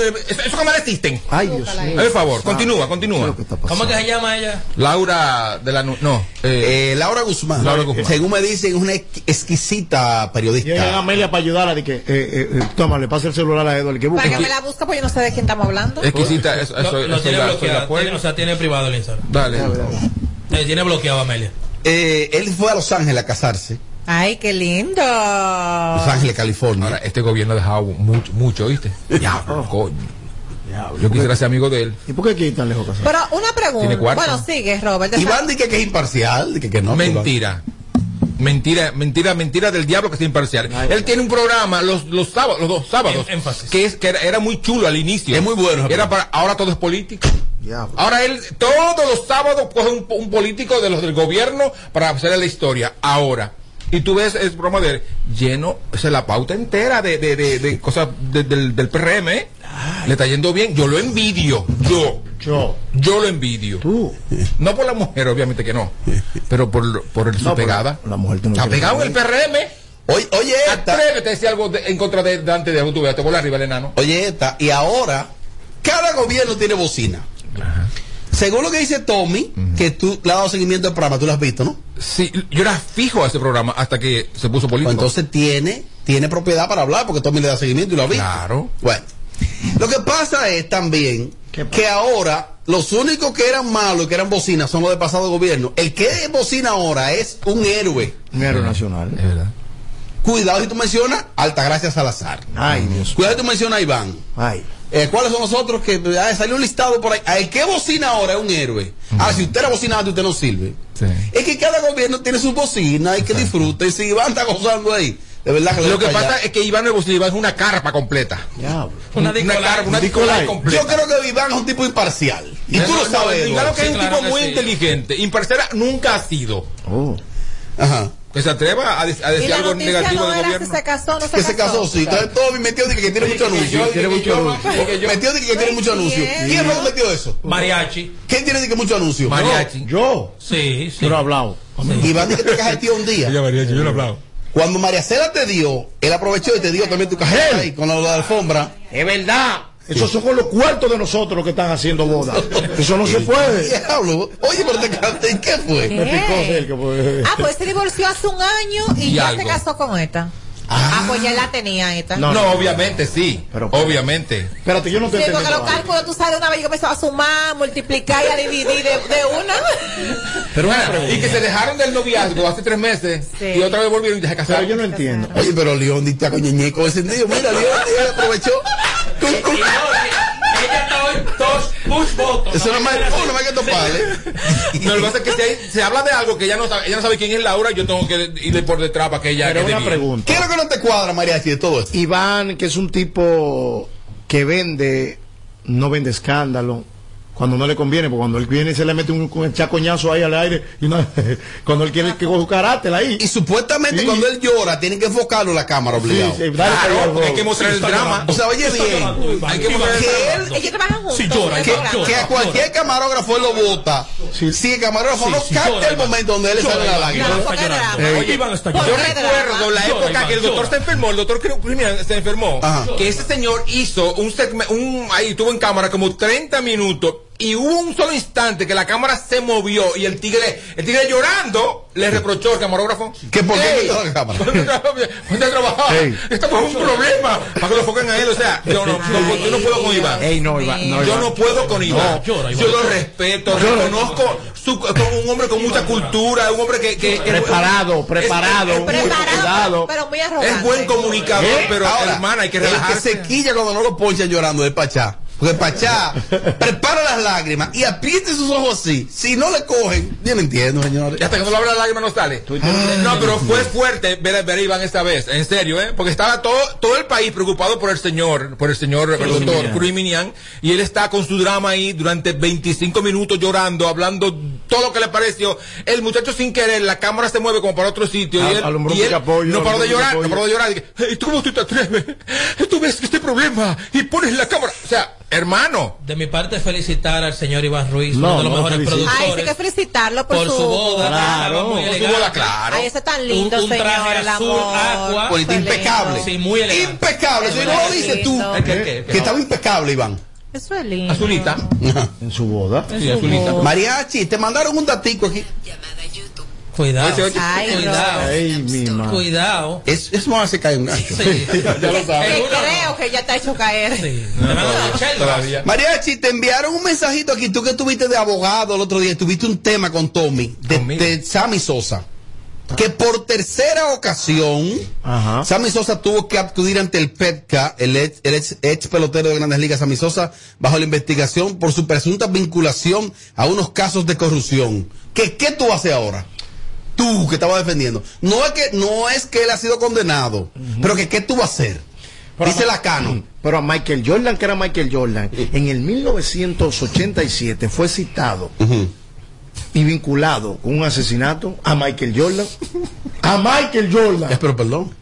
[SPEAKER 9] eso que mal existen.
[SPEAKER 4] Ay, Dios mío.
[SPEAKER 9] Por favor, continúa,
[SPEAKER 4] ¿Qué es
[SPEAKER 9] continúa.
[SPEAKER 4] lo que está
[SPEAKER 10] ¿Cómo
[SPEAKER 4] pasando?
[SPEAKER 10] que se llama ella?
[SPEAKER 9] Laura de la... nu- No, eh,
[SPEAKER 2] Eh, Laura Guzmán,
[SPEAKER 9] Laura Guzmán.
[SPEAKER 2] según me dicen, es una ex- exquisita
[SPEAKER 4] Llega
[SPEAKER 2] periodista.
[SPEAKER 4] Amelia para ayudarla. De que, eh, eh, eh, toma, le pasa el celular a Eduardo. Que
[SPEAKER 11] Para que
[SPEAKER 4] busque.
[SPEAKER 11] me la busque, pues yo no sé de quién estamos hablando.
[SPEAKER 9] exquisita, eso,
[SPEAKER 10] Lo-
[SPEAKER 9] eso,
[SPEAKER 10] lo
[SPEAKER 9] eso
[SPEAKER 10] tiene
[SPEAKER 9] la-
[SPEAKER 10] bloqueado,
[SPEAKER 9] la puerta.
[SPEAKER 10] tiene- o sea, tiene privado el Instagram.
[SPEAKER 9] Dale.
[SPEAKER 10] Eh, tiene bloqueado a Amelia.
[SPEAKER 2] Eh, él fue a Los Ángeles a casarse,
[SPEAKER 11] Ay, qué lindo.
[SPEAKER 2] Los Ángeles, California.
[SPEAKER 9] Ahora, este gobierno ha dejado mucho, mucho ¿oíste? Diablo, coño. Yo quisiera ser amigo de él.
[SPEAKER 4] Oh. ¿Y por qué aquí tan lejos casado?
[SPEAKER 11] Pero una pregunta.
[SPEAKER 9] ¿Tiene cuarto?
[SPEAKER 11] Bueno, pues, sigue, Robert.
[SPEAKER 2] Iván dice que es imparcial, dice que no. que
[SPEAKER 9] mentira. Mentira, mentira, mentira del diablo que es imparcial. Él tiene un programa los, los sábados, los dos sábados,
[SPEAKER 10] En- énfasis.
[SPEAKER 9] que es que era, era muy chulo al inicio.
[SPEAKER 2] Es muy bueno ese
[SPEAKER 9] Era para, ahora todo es político.
[SPEAKER 4] Diablo.
[SPEAKER 9] Ahora él todos los sábados coge un, un político de los del gobierno para hacerle la historia. Ahora. Y tú ves el programa de él lleno, o sea, la pauta entera de, de, de- de cosas de- del, del PRM. ¿eh? Le está yendo bien. Yo lo envidio. Yo.
[SPEAKER 4] Yo.
[SPEAKER 9] Yo lo envidio.
[SPEAKER 4] Tú.
[SPEAKER 9] No por la mujer, obviamente que no. Pero por, lo- por el- su
[SPEAKER 4] No, pero
[SPEAKER 9] pegada.
[SPEAKER 4] la mujer tú no
[SPEAKER 9] Está
[SPEAKER 4] quieres
[SPEAKER 9] pegado en el PRM.
[SPEAKER 2] no. Oye, oye esta,
[SPEAKER 9] Atrévete a decir algo de- en contra de Dante de algún tubo. Te vuelve arriba el enano.
[SPEAKER 2] oye esta, y ahora cada gobierno tiene bocina. Según lo que dice Tommy, que tú le has dado seguimiento al programa, tú lo has visto, ¿no?
[SPEAKER 9] Sí, yo era fijo a ese programa hasta que se puso político.
[SPEAKER 2] Pues entonces tiene, tiene propiedad para hablar porque Tommy le da seguimiento y lo ha visto.
[SPEAKER 9] Claro.
[SPEAKER 2] Bueno, lo que pasa es también
[SPEAKER 4] ¿Qué pasa?
[SPEAKER 2] que ahora los únicos que eran malos y que eran bocinas son los del pasado gobierno. El que es bocina ahora es un héroe.
[SPEAKER 4] Un héroe nacional.
[SPEAKER 9] es verdad.
[SPEAKER 2] Cuidado si tú mencionas Altagracia Salazar.
[SPEAKER 4] Ay, Dios.
[SPEAKER 2] Cuidado si tú mencionas a Iván.
[SPEAKER 4] Ay.
[SPEAKER 2] Eh, ¿Cuáles son los otros que ah, salió un listado por ahí? Ah, El que bocina ahora es un héroe. Ah, si usted era bocinante, usted no sirve.
[SPEAKER 9] Sí.
[SPEAKER 2] Es que cada gobierno tiene su bocina y que disfruten. Si Iván está gozando ahí, de verdad que le
[SPEAKER 9] Lo
[SPEAKER 2] doy
[SPEAKER 9] que
[SPEAKER 2] para allá.
[SPEAKER 9] pasa es que Iván no es Bocina, Iván es una carpa completa.
[SPEAKER 4] Diablo.
[SPEAKER 10] Una Nicolai.
[SPEAKER 9] carpa, una
[SPEAKER 4] Nicolai.
[SPEAKER 9] Nicolai completa.
[SPEAKER 2] Yo creo que Iván es un tipo imparcial. Y
[SPEAKER 9] Eso
[SPEAKER 2] tú lo
[SPEAKER 9] no,
[SPEAKER 2] sabes.
[SPEAKER 9] Iván lo que
[SPEAKER 10] Sí,
[SPEAKER 9] es un
[SPEAKER 10] claro
[SPEAKER 9] tipo
[SPEAKER 10] que
[SPEAKER 9] muy
[SPEAKER 10] sí.
[SPEAKER 9] inteligente. Imparcial nunca ha sido.
[SPEAKER 4] Oh.
[SPEAKER 2] Ajá.
[SPEAKER 9] Que se atreva a, de- a
[SPEAKER 11] Y
[SPEAKER 9] decir
[SPEAKER 11] la
[SPEAKER 9] algo
[SPEAKER 11] noticia
[SPEAKER 9] negativo
[SPEAKER 11] no
[SPEAKER 9] del
[SPEAKER 11] era
[SPEAKER 9] gobierno.
[SPEAKER 11] si se casó o no se
[SPEAKER 2] Que
[SPEAKER 11] casó.
[SPEAKER 2] se casó, sí. Entonces todo me metió de que tiene mucho anuncio.
[SPEAKER 4] Tiene mucho anuncio.
[SPEAKER 2] Metió de que tiene
[SPEAKER 11] Ay,
[SPEAKER 2] mucho anuncio.
[SPEAKER 11] bien.
[SPEAKER 2] ¿Quién fue que metió eso?
[SPEAKER 10] Mariachi.
[SPEAKER 2] ¿Quién tiene de que mucho anuncio?
[SPEAKER 9] Mariachi.
[SPEAKER 4] Yo.
[SPEAKER 10] Sí, sí.
[SPEAKER 4] Yo no he hablado.
[SPEAKER 2] No. Iván dice que te cajeteó un día.
[SPEAKER 9] Mariachi, yo lo aplaudo.
[SPEAKER 2] Cuando María Cela te dio, él aprovechó y te dio también tu cajeta ahí con la, la alfombra.
[SPEAKER 9] Es verdad.
[SPEAKER 4] Esos son con los cuartos de nosotros los que están haciendo boda. Eso no se puede.
[SPEAKER 2] Diablo. Oye, pero te canté, ¿y qué fue?
[SPEAKER 11] ¿Qué? Ah, pues se divorció hace un año y,
[SPEAKER 9] Y
[SPEAKER 11] ya
[SPEAKER 9] algo.
[SPEAKER 11] se casó con esta. Ah, pues ya la tenía esta.
[SPEAKER 9] No, obviamente sí. obviamente.
[SPEAKER 4] Espérate, yo no
[SPEAKER 11] Sí, porque los cálculos, tú sabes, una vez yo empezaba a sumar, multiplicar y a dividir de, de una.
[SPEAKER 9] Pero Ah, y que se dejaron del noviazgo hace tres meses
[SPEAKER 11] Sí.
[SPEAKER 9] y otra vez volvieron y se casaron.
[SPEAKER 4] Pero yo no entiendo.
[SPEAKER 2] Oye, pero Leondi está con ñeñeco encendido. Mira, Leondi él aprovechó.
[SPEAKER 7] Ella está hoy dos push votos.
[SPEAKER 9] Eso no es más- oh, no me quedo pal, No, lo que pasa es que si hay- se habla de algo que ella no sabe, ella no sabe quién es Laura, yo tengo que irle por detrás para que ella
[SPEAKER 4] Pero
[SPEAKER 9] quede
[SPEAKER 4] una
[SPEAKER 9] bien.
[SPEAKER 4] pregunta.
[SPEAKER 2] ¿Qué es lo que no te cuadra, Mariachi, de todo esto?
[SPEAKER 4] Iván, que es un tipo que vende, no vende escándalo. Cuando no le conviene, porque cuando él viene y se le mete un, un chacoñazo ahí al aire, y una- cuando él quiere que coja su carácter ahí.
[SPEAKER 2] Y supuestamente cuando él llora, tienen que enfocarlo en la cámara obligado.
[SPEAKER 4] Sí, sí, dale,
[SPEAKER 2] Claro,
[SPEAKER 4] dale,
[SPEAKER 2] porque
[SPEAKER 4] dale. Está grabando.
[SPEAKER 2] O sea, oye
[SPEAKER 4] Está grabando,
[SPEAKER 2] bien.
[SPEAKER 4] Iván.
[SPEAKER 2] Hay que
[SPEAKER 4] Sí,
[SPEAKER 2] mostrar el
[SPEAKER 4] está
[SPEAKER 2] drama.
[SPEAKER 4] grabando.
[SPEAKER 11] Ellos trabajan juntos.
[SPEAKER 2] Si llora,
[SPEAKER 11] en
[SPEAKER 2] que,
[SPEAKER 11] el programa.
[SPEAKER 2] que a cualquier camarógrafo él lo vota. Si el camarógrafo
[SPEAKER 10] Sí,
[SPEAKER 2] no
[SPEAKER 10] sí, llora,
[SPEAKER 2] capta el
[SPEAKER 10] Iván.
[SPEAKER 2] momento donde él le
[SPEAKER 10] Llora,
[SPEAKER 2] sale la
[SPEAKER 10] Iván.
[SPEAKER 2] lágrima.
[SPEAKER 10] Iván está llorando.
[SPEAKER 2] Ey.
[SPEAKER 10] Oye, Iván está
[SPEAKER 9] Yo
[SPEAKER 10] llorando.
[SPEAKER 9] recuerdo la
[SPEAKER 10] Llora,
[SPEAKER 9] época
[SPEAKER 10] Iván,
[SPEAKER 9] que el doctor
[SPEAKER 10] llora.
[SPEAKER 9] se enfermó, el doctor creo- Criminal se enfermó,
[SPEAKER 2] Ajá.
[SPEAKER 9] que ese señor hizo un segmento, un, ahí estuvo en cámara como 30 minutos y hubo un solo instante que la cámara se movió y el tigre, el tigre llorando, le reprochó al camarógrafo.
[SPEAKER 2] ¿Que por qué
[SPEAKER 9] "Ey,
[SPEAKER 2] metió la cámara?"
[SPEAKER 9] ¿Dónde trabajaba? ¿Dónde trabajaba?
[SPEAKER 2] Ey.
[SPEAKER 9] Esto fue un problema. Para que lo enfoquen a él, o sea, yo no, no- yo no puedo con Iván.
[SPEAKER 5] Ey, no, Iván, no,
[SPEAKER 9] yo
[SPEAKER 5] Iván.
[SPEAKER 9] no puedo con Iván.
[SPEAKER 5] No, llora,
[SPEAKER 9] Yo lo respeto, reconozco su, como un hombre con mucha cultura, un hombre que, que- que-
[SPEAKER 4] Preparado, preparado,
[SPEAKER 9] es- es-
[SPEAKER 4] Preparado,
[SPEAKER 11] Pero, pero muy arrogante.
[SPEAKER 9] es buen comunicador,
[SPEAKER 2] ¿Eh?
[SPEAKER 9] pero
[SPEAKER 2] Ahora,
[SPEAKER 9] hermana, hay que
[SPEAKER 2] El que
[SPEAKER 9] relajarse.
[SPEAKER 2] se quilla cuando no lo ponchan llorando es Pachá. Porque Pachá prepara las lágrimas y apriete sus ojos así. Si no le cogen, yo no entiendo, señores.
[SPEAKER 9] Y hasta que no lo abra la lágrima no sale. Ah. No, pero fue fuerte ver, ver a Iván esta vez, en serio, ¿eh? Porque estaba todo, todo el país preocupado por el señor, por el señor el doctor Cruminian, y él está con su drama ahí durante 25 minutos llorando, hablando todo lo que le pareció. El muchacho sin querer, la cámara se mueve como para otro sitio,
[SPEAKER 4] Al-
[SPEAKER 9] y él,
[SPEAKER 4] alumbró
[SPEAKER 9] y
[SPEAKER 4] un
[SPEAKER 9] él
[SPEAKER 4] picapoyo,
[SPEAKER 9] no paró
[SPEAKER 4] alumbró
[SPEAKER 9] de
[SPEAKER 4] un
[SPEAKER 9] llorar, no
[SPEAKER 4] picapoyo.
[SPEAKER 9] paró de llorar. Dije, "Ey, ¿Tú cómo tú te atreves? Tú ves este problema y pones la cámara. O sea, hermano.
[SPEAKER 10] De mi parte, felicitar al señor Iván Ruiz,
[SPEAKER 9] No,
[SPEAKER 10] uno de los
[SPEAKER 9] no lo
[SPEAKER 10] mejores
[SPEAKER 9] felicito.
[SPEAKER 10] productores.
[SPEAKER 11] Ay, sí, hay que felicitarlo por,
[SPEAKER 10] por su boda.
[SPEAKER 11] Claro.
[SPEAKER 10] Muy
[SPEAKER 11] Por su
[SPEAKER 10] elegante.
[SPEAKER 11] boda, claro. Ay, eso es tan lindo,
[SPEAKER 10] un, un
[SPEAKER 11] señor,
[SPEAKER 10] traje
[SPEAKER 11] el
[SPEAKER 10] azul,
[SPEAKER 11] amor.
[SPEAKER 10] agua.
[SPEAKER 2] Bonito,
[SPEAKER 11] Fue
[SPEAKER 2] impecable.
[SPEAKER 11] lindo.
[SPEAKER 10] Sí, muy elegante.
[SPEAKER 2] Impecable.
[SPEAKER 11] Es
[SPEAKER 2] Eso no lo
[SPEAKER 11] verdad,
[SPEAKER 2] dices
[SPEAKER 11] es
[SPEAKER 2] tú.
[SPEAKER 11] lindo.
[SPEAKER 2] Que estaba impecable, Iván.
[SPEAKER 11] Eso es lindo.
[SPEAKER 9] Azulita.
[SPEAKER 4] En su boda.
[SPEAKER 11] En Sí, su azulita. boda.
[SPEAKER 2] Mariachi, te mandaron un datico aquí.
[SPEAKER 10] Cuidado.
[SPEAKER 2] Oye, oye.
[SPEAKER 11] Ay,
[SPEAKER 10] cuidado.
[SPEAKER 4] Ay, mi madre.
[SPEAKER 10] Cuidado.
[SPEAKER 2] Es, es más se cae un gancho.
[SPEAKER 10] ya lo
[SPEAKER 11] Que creo que ya te ha hecho caer.
[SPEAKER 2] Mariachi, te enviaron un mensajito aquí. Tú que estuviste de abogado el otro día, tuviste un tema con Tommy, de, de Sammy Sosa. Que por tercera ocasión, Sammy Sosa tuvo que acudir ante el PETCA, el ex, el ex- ex pelotero de Grandes Ligas, Sammy Sosa, bajo la investigación por su presunta vinculación a unos casos de corrupción. ¿Qué, qué tú haces ahora? Tú que estabas defendiendo. No es que, no es que él ha sido condenado, pero que qué tú vas a hacer. Dice la Cano.
[SPEAKER 4] Pero a Michael Jordan, que era Michael Jordan, en el 1987 fue citado y vinculado con un asesinato a Michael Jordan. A Michael Jordan.
[SPEAKER 2] pero perdón.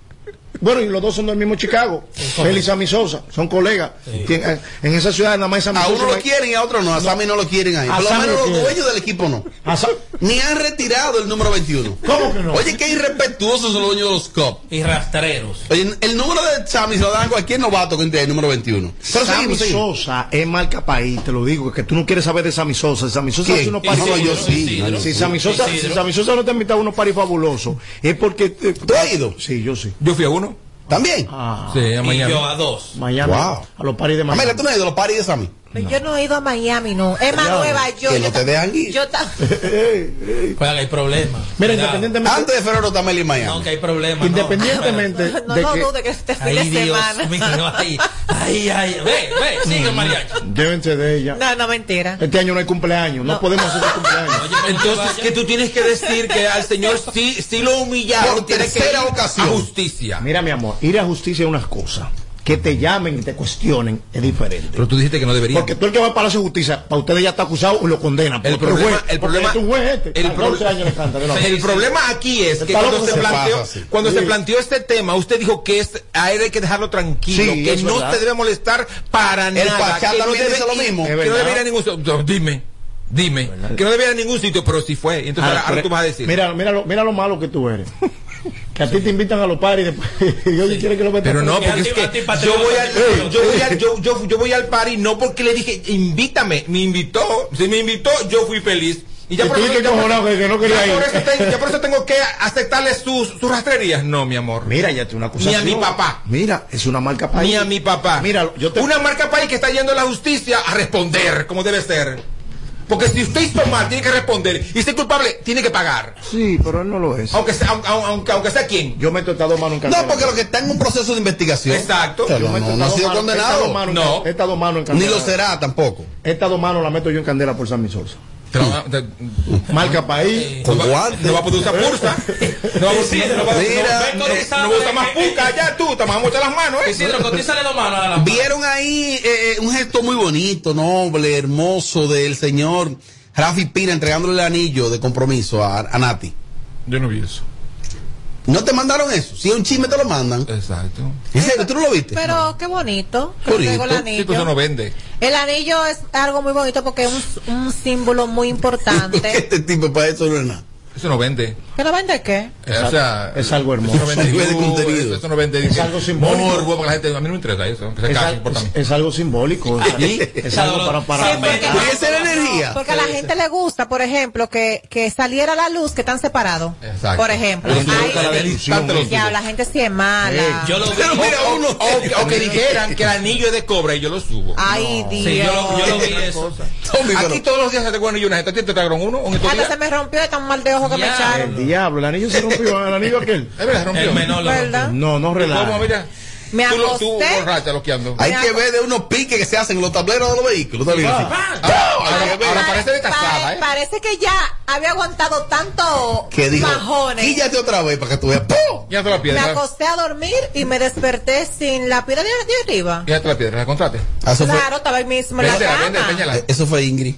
[SPEAKER 4] Bueno, y los dos son del mismo Chicago. Él y Sammy Sosa, son colegas. Tien- eh, En esa ciudad nada más es Sammy
[SPEAKER 2] A
[SPEAKER 4] Sosa.
[SPEAKER 2] uno lo quieren y a otro no. A Sammy no lo quieren ahí.
[SPEAKER 4] A
[SPEAKER 2] Por lo
[SPEAKER 4] Sammy
[SPEAKER 2] menos
[SPEAKER 4] lo
[SPEAKER 2] los
[SPEAKER 4] quieren.
[SPEAKER 2] dueños del equipo no.
[SPEAKER 4] A Sa-
[SPEAKER 2] Ni han retirado el número 21.
[SPEAKER 4] ¿Cómo que no?
[SPEAKER 2] Oye, qué irrespetuosos son los dueños de los Cubs.
[SPEAKER 10] Y rastreros.
[SPEAKER 2] Oye, el número de Sammy se lo dan a cualquier novato que entre el número 21. Pero
[SPEAKER 4] Sammy
[SPEAKER 2] seguimos, seguimos.
[SPEAKER 4] Sosa es marca país, te lo digo, que tú no quieres saber de Sammy Sosa. Sammy Sosa
[SPEAKER 2] ¿Quién?
[SPEAKER 4] hace unos paris
[SPEAKER 2] No, yo
[SPEAKER 4] fabulosos.
[SPEAKER 2] sí, no, yo
[SPEAKER 4] Si
[SPEAKER 2] sí.
[SPEAKER 4] Sammy Sosa,
[SPEAKER 2] Isidro.
[SPEAKER 4] si Sammy Sosa no te ha invitado a unos paris fabulosos, es porque. ¿Tú
[SPEAKER 2] has ido?
[SPEAKER 4] Sí, yo sí.
[SPEAKER 9] Yo fui a uno.
[SPEAKER 2] ¿También?
[SPEAKER 4] Ah,
[SPEAKER 9] Sí, a
[SPEAKER 10] Y
[SPEAKER 9] Miami.
[SPEAKER 10] yo a dos.
[SPEAKER 4] Miami.
[SPEAKER 2] Wow.
[SPEAKER 4] A los paris de Miami.
[SPEAKER 2] Amelia, tú no has ido a los paris de Sammy.
[SPEAKER 11] Yo no he ido a Miami, no. Es más,
[SPEAKER 4] Cuidado,
[SPEAKER 11] Nueva York.
[SPEAKER 2] que
[SPEAKER 11] yo
[SPEAKER 2] no te
[SPEAKER 11] ta-
[SPEAKER 2] dejan ir.
[SPEAKER 11] Yo ta-
[SPEAKER 10] Pues hay problemas.
[SPEAKER 4] Mira,
[SPEAKER 10] Cuidado.
[SPEAKER 4] independientemente.
[SPEAKER 2] Antes de febrero está Amelia en
[SPEAKER 10] No,
[SPEAKER 2] Miami.
[SPEAKER 10] que hay problemas.
[SPEAKER 4] Independientemente
[SPEAKER 11] no
[SPEAKER 4] de
[SPEAKER 11] lo
[SPEAKER 4] que
[SPEAKER 11] dudes que este fin
[SPEAKER 10] Ay,
[SPEAKER 11] de
[SPEAKER 10] Dios
[SPEAKER 11] semana.
[SPEAKER 10] mío, ay, ay, ay. Ve, ve, sigue, mariachi.
[SPEAKER 4] llévense de ella.
[SPEAKER 11] No, no, mentira.
[SPEAKER 4] Este año no hay cumpleaños, no, podemos hacer ese cumpleaños.
[SPEAKER 9] Entonces, que tú tienes que decir que al señor sí, sí lo humillaron.
[SPEAKER 2] Por
[SPEAKER 9] tiene que
[SPEAKER 2] tercera
[SPEAKER 9] ir
[SPEAKER 2] ocasión.
[SPEAKER 9] A justicia.
[SPEAKER 4] Mira, mi amor, ir a justicia es unas cosas. Que te llamen y te cuestionen es diferente.
[SPEAKER 9] Pero tú dijiste que no debería.
[SPEAKER 4] Porque tú el que va al Palacio de Justicia, para ustedes ya está acusado o lo condena.
[SPEAKER 9] El problema- el problema- el
[SPEAKER 4] el
[SPEAKER 9] pro-
[SPEAKER 4] años le canta, de la-
[SPEAKER 9] El problema aquí es que
[SPEAKER 4] Está
[SPEAKER 9] cuando
[SPEAKER 4] loco
[SPEAKER 9] se
[SPEAKER 4] que se
[SPEAKER 9] planteó,
[SPEAKER 2] pasa, sí.
[SPEAKER 9] cuando
[SPEAKER 4] Sí.
[SPEAKER 9] se planteó este tema, usted dijo que es, a él hay que dejarlo tranquilo,
[SPEAKER 4] Sí,
[SPEAKER 9] que
[SPEAKER 4] es
[SPEAKER 9] no
[SPEAKER 4] verdad.
[SPEAKER 9] te debe molestar para nada.
[SPEAKER 2] Pachá
[SPEAKER 9] que no
[SPEAKER 2] también
[SPEAKER 9] debe
[SPEAKER 2] dice lo
[SPEAKER 9] ir-
[SPEAKER 2] mismo.
[SPEAKER 9] Que
[SPEAKER 4] Es
[SPEAKER 9] no debe
[SPEAKER 4] verdad.
[SPEAKER 9] ir a ningún sitio. Dime, dime. Que no debe ir a ningún sitio, pero si fue. Entonces
[SPEAKER 4] Ah,
[SPEAKER 9] ahora, ahora
[SPEAKER 4] pero-
[SPEAKER 9] tú vas a decir.
[SPEAKER 4] Mira, mira, lo, mira lo malo que tú eres. Que a ti te invitan a los paris después. y oye, quiere que lo metas.
[SPEAKER 9] Pero no, porque es que yo voy al, yo voy al, yo, yo, yo voy al party no porque le dije, invítame. Me invitó. Si me invitó, yo fui feliz. Y ya,
[SPEAKER 4] Y
[SPEAKER 9] por
[SPEAKER 4] tú
[SPEAKER 9] eso,
[SPEAKER 4] dijiste
[SPEAKER 9] ya por-
[SPEAKER 4] cojonado que- que no quería
[SPEAKER 9] ya por
[SPEAKER 4] ir.
[SPEAKER 9] eso tengo, ya por eso tengo que aceptarle sus, sus rastrerías. No, mi amor.
[SPEAKER 4] Mira, ya te una
[SPEAKER 9] Ni a mi papá.
[SPEAKER 4] Mira, es una marca país.
[SPEAKER 9] Ni a mi papá.
[SPEAKER 4] Mira, yo te.
[SPEAKER 9] Una marca país que está yendo a la justicia a responder, como debe ser. Porque si usted hizo mal, tiene que responder. Y si es culpable, tiene que pagar.
[SPEAKER 4] Sí, pero él no lo es.
[SPEAKER 9] Aunque sea, aunque, aunque, aunque sea quien.
[SPEAKER 4] Yo meto estas dos manos en
[SPEAKER 2] No, porque lo que está en un proceso de investigación.
[SPEAKER 9] Exacto.
[SPEAKER 2] Pero
[SPEAKER 4] Yo meto
[SPEAKER 2] no,
[SPEAKER 4] estas
[SPEAKER 2] no ha
[SPEAKER 4] dos
[SPEAKER 2] sido
[SPEAKER 4] manos-
[SPEAKER 2] condenado.
[SPEAKER 4] estas dos manos en ca- estas dos manos en
[SPEAKER 2] Ni
[SPEAKER 4] candela.
[SPEAKER 2] lo será tampoco.
[SPEAKER 4] Estas dos manos las meto yo en candela por San Misorza. Marca país.
[SPEAKER 2] Con guantes.
[SPEAKER 9] Eh, No va a poder usar pursa. No va a poder no va- no-
[SPEAKER 2] Mira,
[SPEAKER 9] no- no- no usa más puca ya tú. Te vamos a echar las manos, eh.
[SPEAKER 10] eh, Isidro, cotízale dos manos a la
[SPEAKER 2] Vieron ahí eh, eh, un gesto muy bonito, noble, hermoso del señor Rafi Pina entregándole el anillo de compromiso a, a Nati.
[SPEAKER 9] Yo no vi eso.
[SPEAKER 2] ¿No te mandaron eso? Si es un chisme te lo mandan.
[SPEAKER 9] Exacto.
[SPEAKER 2] ¿En serio? ¿Tú no lo viste?
[SPEAKER 11] Pero qué bonito. que
[SPEAKER 2] Bonito. pues,
[SPEAKER 11] tengo el anillo.
[SPEAKER 9] Chico, pues eso no vende.
[SPEAKER 11] El anillo es algo muy bonito porque es un, un símbolo muy importante.
[SPEAKER 2] Este tipo para eso no es nada.
[SPEAKER 9] Eso no vende.
[SPEAKER 11] ¿Pero vende qué?
[SPEAKER 9] Eh, O sea,
[SPEAKER 4] Es algo hermoso.
[SPEAKER 9] Eso no vende,
[SPEAKER 2] A nivel de
[SPEAKER 9] views,
[SPEAKER 2] contenido.
[SPEAKER 9] eso- eso no vende
[SPEAKER 4] Es algo simbólico.
[SPEAKER 9] morbo, porque la gente, a mí no me interesa eso. aunque sea
[SPEAKER 4] Es,
[SPEAKER 9] caro,
[SPEAKER 4] al-
[SPEAKER 9] importa a mí.
[SPEAKER 4] es- es algo simbólico. Es, es algo para. para
[SPEAKER 11] Sí, porque-
[SPEAKER 2] Porque esa es la energía.
[SPEAKER 11] Porque a la gente le gusta, por ejemplo, que, que saliera a la luz que están separados.
[SPEAKER 9] Exacto.
[SPEAKER 11] Por ejemplo.
[SPEAKER 9] Los
[SPEAKER 11] Ahí-
[SPEAKER 9] busca la del instante los
[SPEAKER 11] ya,
[SPEAKER 9] busca.
[SPEAKER 11] la gente sí es
[SPEAKER 9] Eh,
[SPEAKER 11] mala.
[SPEAKER 10] Yo lo vi.
[SPEAKER 2] Pero mira,
[SPEAKER 9] O,
[SPEAKER 2] uno.
[SPEAKER 9] Oh, o- o que dijeran que el anillo es de cobra y yo lo subo.
[SPEAKER 11] Ay, Dios.
[SPEAKER 10] Sí, yo, lo- yo lo vi eso.
[SPEAKER 2] Tommy, pero-
[SPEAKER 9] Aquí todos los días se te cuelgan anillo una gente. ¿A ti te trajeron uno? ¿Un
[SPEAKER 11] Hasta se me rompió de tan mal de ojo que
[SPEAKER 10] Ya.
[SPEAKER 11] me echaron.
[SPEAKER 4] El diablo, el anillo se rompió, el anillo aquel.
[SPEAKER 9] Es verdad, rompió.
[SPEAKER 10] El menor lo
[SPEAKER 11] ¿Verdad?
[SPEAKER 4] No, no
[SPEAKER 9] ¿Cómo,
[SPEAKER 4] relaja.
[SPEAKER 9] mira?
[SPEAKER 11] Me
[SPEAKER 9] tú lo tú
[SPEAKER 11] acosté.
[SPEAKER 9] borracha loqueando.
[SPEAKER 2] Hay que ver de unos piques que se hacen en los tableros de los vehículos. ¿tú sabes?
[SPEAKER 9] Ah, Ahora, ahora
[SPEAKER 11] Pare-
[SPEAKER 9] parece de
[SPEAKER 11] pare-
[SPEAKER 9] casada, ¿eh?
[SPEAKER 11] Parece que ya había aguantado tanto
[SPEAKER 2] Que dijo,
[SPEAKER 11] bajones.
[SPEAKER 2] quíllate otra vez para que tú veas. ¡pum!
[SPEAKER 9] Ya te la
[SPEAKER 11] Me
[SPEAKER 9] piedra.
[SPEAKER 11] acosté a dormir y me desperté sin la pira de, de arriba.
[SPEAKER 9] Ya te la piedra, la contrate.
[SPEAKER 2] Ah, Eso fue,
[SPEAKER 11] Claro, estaba ahí mismo en la
[SPEAKER 9] Véndela, véndela,
[SPEAKER 11] cama.
[SPEAKER 9] enséñala.
[SPEAKER 2] eso fue Ingrid.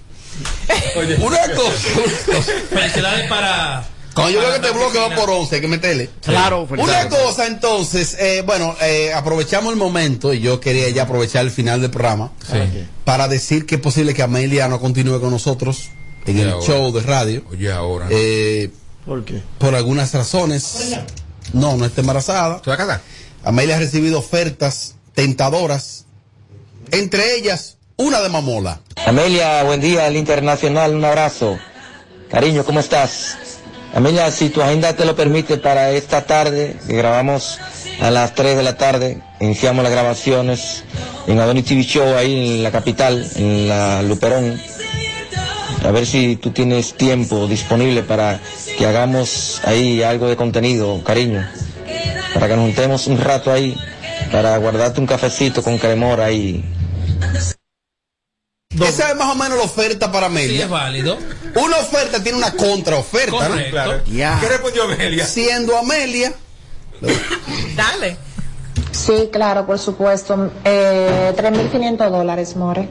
[SPEAKER 9] Oye.
[SPEAKER 2] Una cosa, una cosa.
[SPEAKER 10] Felicidades para.
[SPEAKER 2] Cuando yo veo
[SPEAKER 10] para
[SPEAKER 2] que te
[SPEAKER 10] la
[SPEAKER 2] bloque va
[SPEAKER 10] oficina.
[SPEAKER 2] por 11, hay que meterle.
[SPEAKER 4] Claro,
[SPEAKER 2] Una
[SPEAKER 4] felicidades.
[SPEAKER 2] cosa entonces, eh, bueno, eh, aprovechamos el momento y yo quería ya aprovechar el final del programa
[SPEAKER 9] Sí.
[SPEAKER 2] para decir que es posible que Amelia no continúe con nosotros en
[SPEAKER 9] Ya,
[SPEAKER 2] el
[SPEAKER 9] ahora.
[SPEAKER 2] show de radio
[SPEAKER 9] Oye, ahora.
[SPEAKER 2] eh,
[SPEAKER 4] ¿Por qué?
[SPEAKER 2] por algunas razones. No, no está embarazada.
[SPEAKER 9] ¿Se va a casar?
[SPEAKER 2] Amelia ha recibido ofertas tentadoras, entre ellas una de Mamola.
[SPEAKER 20] Amelia, buen día, el internacional, un abrazo. Cariño, ¿cómo estás? Amelia, si tu agenda te lo permite para esta tarde, que grabamos a las 3 de la tarde, iniciamos las grabaciones en Adonis TV Show, ahí en la capital, en la Luperón. A ver si tú tienes tiempo disponible para que hagamos ahí algo de contenido, cariño. Para que nos juntemos un rato ahí, para guardarte un cafecito con cremora ahí.
[SPEAKER 2] Esa es más o menos la oferta para
[SPEAKER 10] Sí, es
[SPEAKER 2] Amelia.
[SPEAKER 10] válido.
[SPEAKER 2] Una oferta tiene una contraoferta, ¿no?
[SPEAKER 10] Correcto.
[SPEAKER 9] Claro.
[SPEAKER 4] Ya.
[SPEAKER 9] ¿Qué respondió Amelia?
[SPEAKER 2] Siendo Amelia.
[SPEAKER 11] Dale.
[SPEAKER 23] Sí, claro, por supuesto. Eh, 3.500 dólares, More.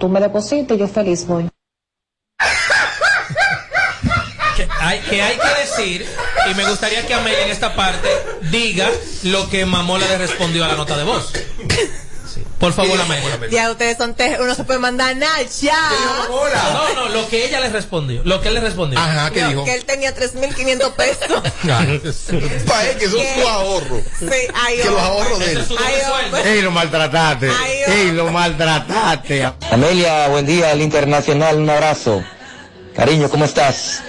[SPEAKER 23] Tú me depositas y yo feliz voy.
[SPEAKER 10] Que hay, que hay que decir, y me gustaría que Amelia en esta parte diga lo que Mamola le respondió a la nota de voz. Sí. Por favor, Amelia.
[SPEAKER 11] Ya ustedes son te uno se puede mandar nada ya.
[SPEAKER 10] No, no, lo que ella le respondió. Lo que él le respondió.
[SPEAKER 9] Ajá, ¿qué
[SPEAKER 11] No,
[SPEAKER 9] dijo?
[SPEAKER 11] Que él tenía 3.500 pesos.
[SPEAKER 2] Pa' él, que son
[SPEAKER 11] ¿Qué?
[SPEAKER 2] su ahorro.
[SPEAKER 11] sí, ay,
[SPEAKER 2] Que los ahorros de
[SPEAKER 10] Ese
[SPEAKER 2] él.
[SPEAKER 10] es su doble
[SPEAKER 11] Ay,
[SPEAKER 10] sueldo.
[SPEAKER 11] hombre.
[SPEAKER 4] Ey, lo maltrataste.
[SPEAKER 11] Ay, oh.
[SPEAKER 4] Ey, lo maltrataste.
[SPEAKER 20] Amelia, buen día, el internacional, un abrazo. Cariño, ¿cómo estás?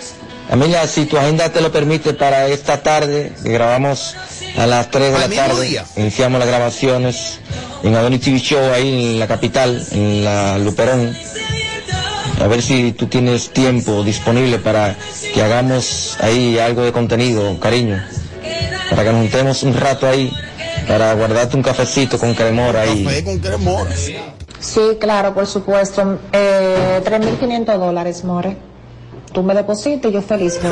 [SPEAKER 20] Amelia, si tu agenda te lo permite para esta tarde, que grabamos a las 3 de
[SPEAKER 2] Al
[SPEAKER 20] la
[SPEAKER 2] mismo
[SPEAKER 20] tarde,
[SPEAKER 2] día.
[SPEAKER 20] iniciamos las grabaciones en Adonis TV Show, ahí en la capital, en la Luperón. A ver si tú tienes tiempo disponible para que hagamos ahí algo de contenido, cariño. Para que nos juntemos un rato ahí, para guardarte un cafecito con cremora ahí.
[SPEAKER 2] Café con cremora.
[SPEAKER 23] Sí, claro, por supuesto. Eh, 3.500 dólares, More. Tú me depositas y yo feliz voy.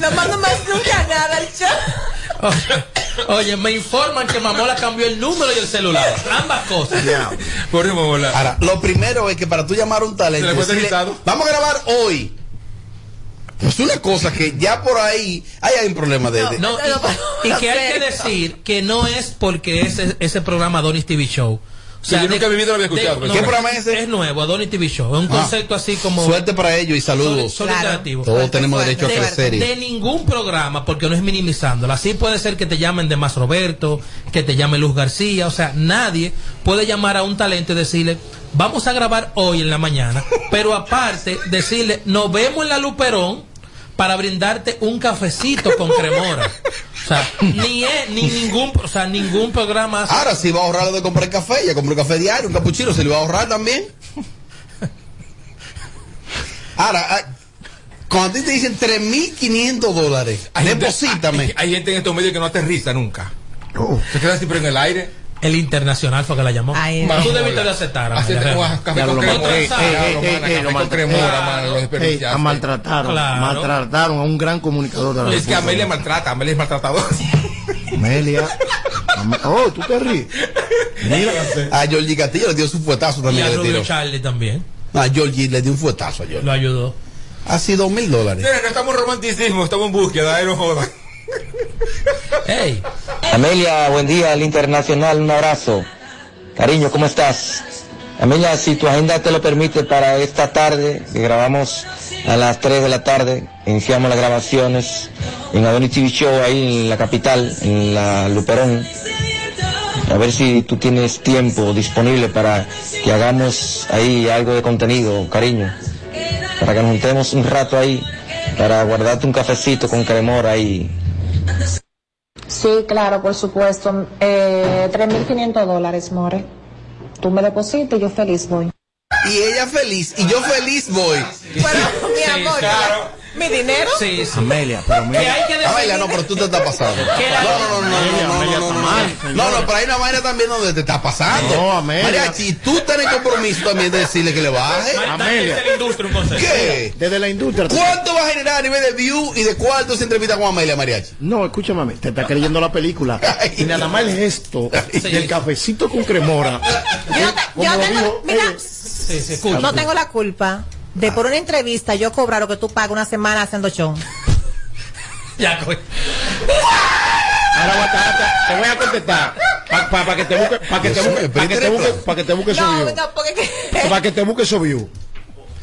[SPEAKER 11] No mando más nunca nada al chat.
[SPEAKER 10] Oye, me informan que Mamola cambió el número y el celular. Ambas cosas.
[SPEAKER 9] Por eso, Mamola.
[SPEAKER 2] Ahora, lo primero es que para tú llamar a un talento,
[SPEAKER 9] Se le fue
[SPEAKER 2] decirle,
[SPEAKER 9] delicado.
[SPEAKER 2] vamos a grabar hoy. Es una cosa que ya por ahí, ahí hay un problema de... de-
[SPEAKER 10] No, y, y que hay que decir que no es porque ese, ese programa Donis TV Show
[SPEAKER 9] O sea, yo nunca he vivido lo había escuchado.
[SPEAKER 1] ¿Qué programa es ese? Es nuevo, Adonis TV Show. Es un concepto así como.
[SPEAKER 2] Suerte para ellos y saludos. Todos tenemos derecho a crecer.
[SPEAKER 1] De ningún programa, porque no es minimizándolo. Así puede ser que te llamen de más Roberto, que te llame Luz García. O sea, nadie puede llamar a un talento y decirle, vamos a grabar hoy en la mañana. Pero aparte, decirle, nos vemos en la Luperón para brindarte un cafecito con cremora. O sea, ni, es, ni ningún, o sea, ningún programa. Hace...
[SPEAKER 2] Ahora sí va a ahorrar lo de comprar café, ya compró café diario, un capuchino se le va a ahorrar también. Ahora, ah, cuando a ti te dicen 3.500 dólares, deposítame.
[SPEAKER 9] Hay, hay, gente en estos medios que no aterriza nunca. Oh. Se queda siempre en el aire.
[SPEAKER 1] El internacional fue que la llamó. Ay, Tú debiste de aceptar. A
[SPEAKER 9] Ah,
[SPEAKER 4] maltrataron. Claro. Maltrataron a un gran comunicador de la
[SPEAKER 9] Es que Amelia maltrata, Amelia es maltratador.
[SPEAKER 4] Amelia. Oh, tú te ríes.
[SPEAKER 2] Mira, a Georgie Castillo le dio su fuetazo también.
[SPEAKER 1] Y a Rubio Charlie también.
[SPEAKER 2] A Georgie le dio un fuetazo a Georgie.
[SPEAKER 1] Lo ayudó.
[SPEAKER 2] Así dos mil dólares.
[SPEAKER 9] No estamos romanticismo, estamos en búsqueda, no jodas.
[SPEAKER 20] Hey. Amelia, buen día al internacional, un abrazo. Cariño, ¿cómo estás? Amelia, si tu agenda te lo permite para esta tarde, que grabamos a las 3 de la tarde, iniciamos las grabaciones en Adonis TV Show, ahí en la capital, en la Luperón. A ver si tú tienes tiempo disponible para que hagamos ahí algo de contenido, cariño. Para que nos juntemos un rato ahí, para guardarte un cafecito con cremora ahí.
[SPEAKER 23] Sí, claro, por supuesto. Eh, 3.500 dólares, More. Tú me depositas y yo feliz voy.
[SPEAKER 2] Y ella feliz, y yo feliz voy.
[SPEAKER 11] Pero, mi amor, sí, claro. ¿mi dinero?
[SPEAKER 1] Sí, sí.
[SPEAKER 2] Amelia, pero mira. Amelia, no, pero tú te estás pasando. No, no, no, no, no, no, no, no, no, pero hay una vaina también donde te estás pasando.
[SPEAKER 4] No, Amelia.
[SPEAKER 2] María, si tú tienes compromiso también de decirle que le baje.
[SPEAKER 1] Amelia. Desde la industria, un consejo.
[SPEAKER 2] ¿Qué?
[SPEAKER 4] Desde la industria.
[SPEAKER 2] ¿Cuánto va a generar a nivel de view y de cuánto se entrevista con Amelia, Mariachi?
[SPEAKER 4] No, escúchame, mami, te está creyendo la película. Y nada más el gesto del cafecito con cremora.
[SPEAKER 11] Yo, tengo, mira, no tengo la culpa de por una entrevista yo cobrar lo que tú pagas una semana haciendo show.
[SPEAKER 1] ya, coño.
[SPEAKER 9] Ahora, guata, te voy a contestar. Para pa, pa que te busque, para que, te busque, para que te busque, para que te busque
[SPEAKER 11] no,
[SPEAKER 4] eso
[SPEAKER 11] no, porque...
[SPEAKER 4] Para que te busque eso view.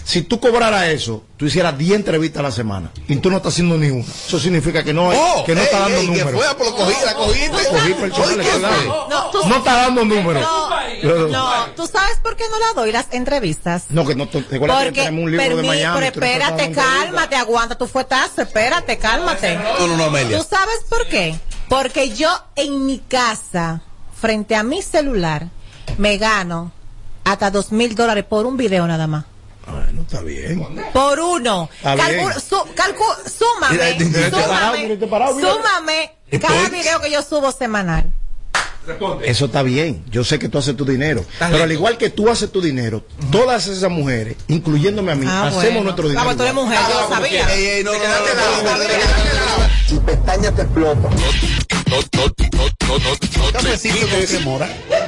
[SPEAKER 4] Si tú cobraras eso, tú hicieras 10 entrevistas a la semana y tú no estás haciendo ni una. Eso significa que no,
[SPEAKER 2] oh,
[SPEAKER 4] que no está dando
[SPEAKER 2] ey,
[SPEAKER 4] números.
[SPEAKER 2] Que fue, por lo cogí, la cogí,
[SPEAKER 4] la cogí personal, claro. no, tú, no está dando números.
[SPEAKER 11] No, no, tú sabes por qué no la doy las entrevistas.
[SPEAKER 4] No, que no, te
[SPEAKER 11] porque que un libro de Miami, pero espérate, cálmate, aguanta tu fuetazo, espérate, cálmate.
[SPEAKER 2] No, no, no, Amelia.
[SPEAKER 11] ¿Tú sabes por qué? Porque yo en mi casa, frente a mi celular, me gano hasta dos mil dólares por un video nada más.
[SPEAKER 4] Bueno, está bien.
[SPEAKER 11] Por uno. Calcula, su, calcu, súmame, mira, mira, súmame, mira, parado, súmame cada video que yo subo semanal.
[SPEAKER 4] Responde. Eso está bien. Yo sé que tú haces tu dinero. Pero lindo? al igual que tú haces tu dinero, uh -huh. todas esas mujeres, incluyéndome a mí, ah, hacemos bueno. nuestro dinero.
[SPEAKER 11] Claro, tú eres mujer, ah, yo lo sabía.
[SPEAKER 2] Si pestañas te explota.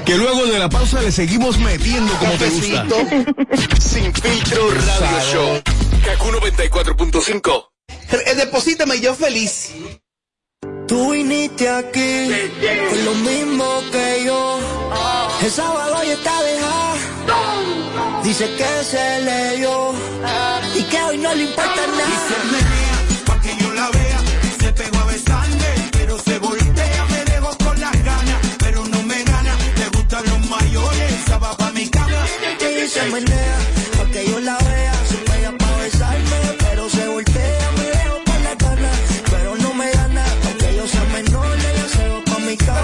[SPEAKER 14] Que luego de la pausa le seguimos metiendo como te gusta. Sin filtro radio show. Kaku 94.5.
[SPEAKER 4] Eh,
[SPEAKER 2] Deposítame yo feliz.
[SPEAKER 19] Tú viniste aquí con lo mismo que yo. El sábado ya está dejada. Dice que se le dio y que hoy no le importa nada.
[SPEAKER 7] Y se menea pa que yo la vea. Se pegó a besarme, pero se voltea. Me dejo con las ganas, pero no me gana. Le gustan los mayores, abajo a mi cama.
[SPEAKER 19] Y se menea pa que yo la vea. Se pega pa besarme, pero se voltea. Me dejo con las ganas, pero no me gana. Porque yo sea menor, le deseo pa mi cama.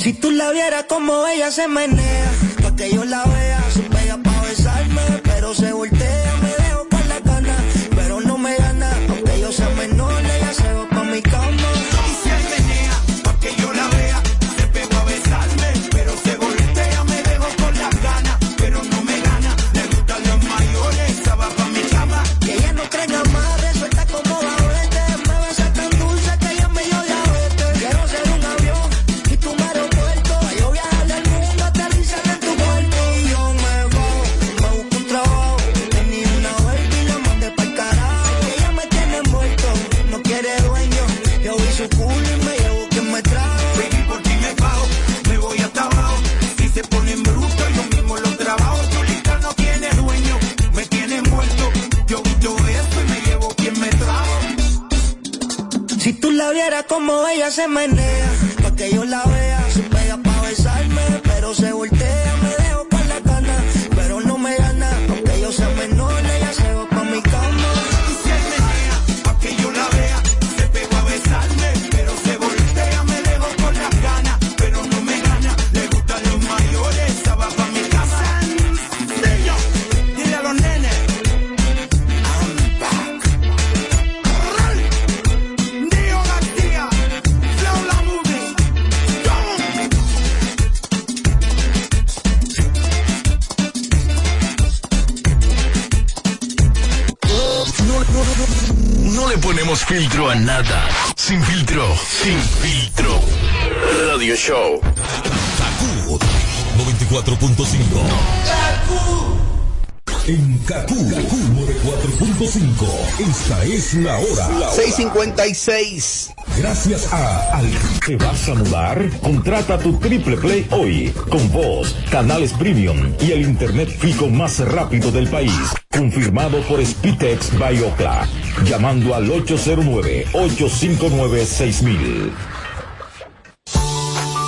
[SPEAKER 19] Si tú la vieras como ella se menea, pa' que yo la vea, se pega pa' besarme, pero se voltea, me dejo con la gana, pero no me gana, aunque yo sea menor, ella se va pa' mi cama.
[SPEAKER 7] Y se menea, pa' que yo la vea, se pegó a besarme, pero se voltea, me dejo con las ganas, pero no me gana, le gustan los mayores, esa va pa' mi cama.
[SPEAKER 19] Que ella no traiga madre, suelta como babete, me besa tan dulce que ella me dio diabetes. Quiero ser un avión y tu mar muerto, yo viajar al mundo, aterrizar en tu cuerpo. Y yo me voy, me busco un trabajo, tenía una vuelta y la mandé pa'l carajo. Que ella me tiene muerto, no quiere dueño, yo vi su culo y me llevo quien me trajo.
[SPEAKER 7] Baby, por ti me bajo, me voy hasta abajo. Si se ponen brutos, yo mismo los trabajo. Tu lista no tiene dueño, me tiene muerto. Yo quito eso y me llevo quien me trajo.
[SPEAKER 19] Si tú la vieras como ella se menea, pa' que yo la vea, se pega pa' besarme, pero se voltea, me dejo con la gana, pero no me gana, aunque yo sea menor, ella se va pa' mi cama.
[SPEAKER 7] Y se menea, pa' que yo la vea, se pegó a besarme, pero se voltea, me dejo con las ganas, pero no me gana, le gustan los mayores, esa va pa' mi casa. Niño, dile a los nenes, I'm back. Rally. Neo García, Flow La Movie, Don't.
[SPEAKER 24] No, no, no, no le ponemos filtro a nada. Sin filtro, sin filtro. Radio Show.
[SPEAKER 21] 94.5. En Kaku, Kaku 4.5. Esta es la hora.
[SPEAKER 2] 656.
[SPEAKER 21] Gracias a Al.
[SPEAKER 8] ¿Te vas a mudar? Contrata tu Triple Play hoy. Con voz, canales premium y el internet fijo más rápido del país. Confirmado por Spitex Biocla. Llamando al 809-859-6000.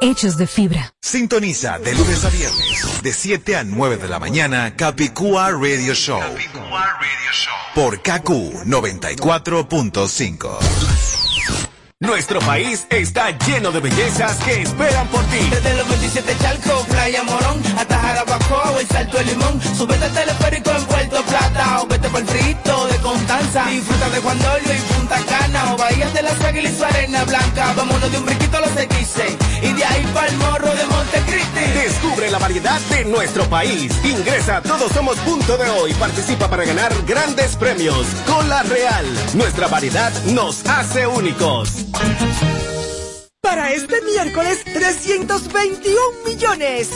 [SPEAKER 25] hechos de fibra.
[SPEAKER 9] Sintoniza de lunes a viernes, de 7 a 9 de la mañana, Capicúa Radio Show. Por KQ 94.5.
[SPEAKER 5] Nuestro país está lleno de bellezas que esperan por ti.
[SPEAKER 26] Desde los 27 Chalco, Playa Morón, hasta Jarabacoa, el Salto de Limón. Súbete al teleférico en Puerto Plata o vete por el frito de Constanza. Disfruta de Juan Dolio y Punta Cana o Bahías de las Águilas y su arena blanca. Vámonos de un brinquito a los X6 y de ahí para el morro de Montecristi.
[SPEAKER 5] Descubre la variedad de nuestro país. Ingresa a todosomos.de hoy. Participa para ganar grandes premios. Cola Real. Nuestra variedad nos hace únicos.
[SPEAKER 27] Para este miércoles, 321 millones,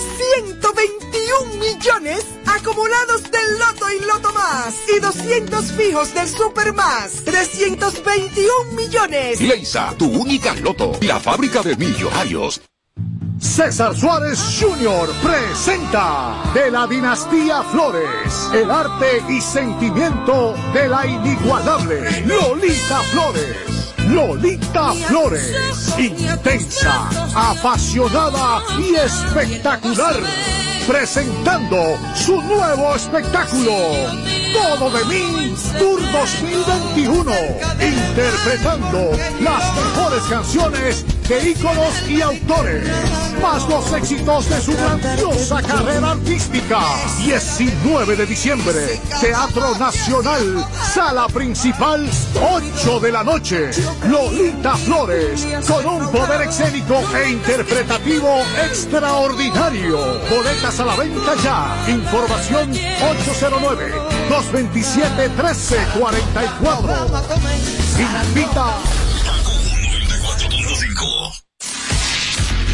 [SPEAKER 27] 121 millones acumulados del Loto y Loto Más y 200 fijos del Super Más, 321 millones.
[SPEAKER 28] Leisa, tu única loto, la fábrica de millonarios.
[SPEAKER 29] César Suárez Jr. presenta de la dinastía Flores, el arte y sentimiento de la inigualable Lolita Flores. Lolita Flores, intensa, apasionada y espectacular, presentando su nuevo espectáculo, Todo de mí, Tour 2021, interpretando las mejores canciones de íconos y autores, más los éxitos de su grandiosa carrera artística. 19 de diciembre, Teatro Nacional, Sala Principal, 8 de la noche. Lolita Flores, con un poder escénico e interpretativo extraordinario. Boletas a la venta ya. Información 809-227-1344. Invita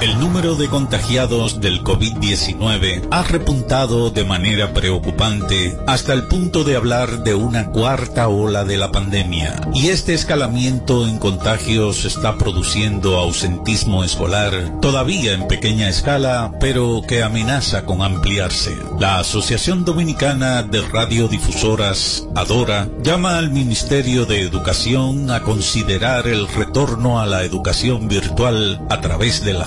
[SPEAKER 21] el número de contagiados del COVID-19 ha repuntado de manera preocupante hasta el punto de hablar de una cuarta ola de la pandemia. Y este escalamiento en contagios está produciendo ausentismo escolar, todavía en pequeña escala, pero que amenaza con ampliarse. La Asociación Dominicana de Radiodifusoras, ADORA, llama al Ministerio de Educación a considerar el retorno a la educación virtual a través de la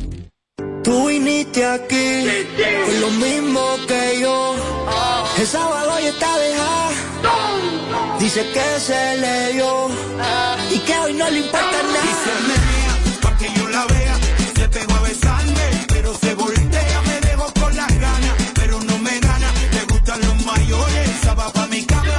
[SPEAKER 19] Tú viniste aquí con lo mismo que yo. El sábado ya está dejada. Dice que se le dio y que hoy no le importa nada.
[SPEAKER 7] Y se menea pa' que yo la vea. Se pegó a besarme, pero se voltea. Me dejo con las ganas, pero no me gana. Le gustan los mayores, esa va pa' mi cama.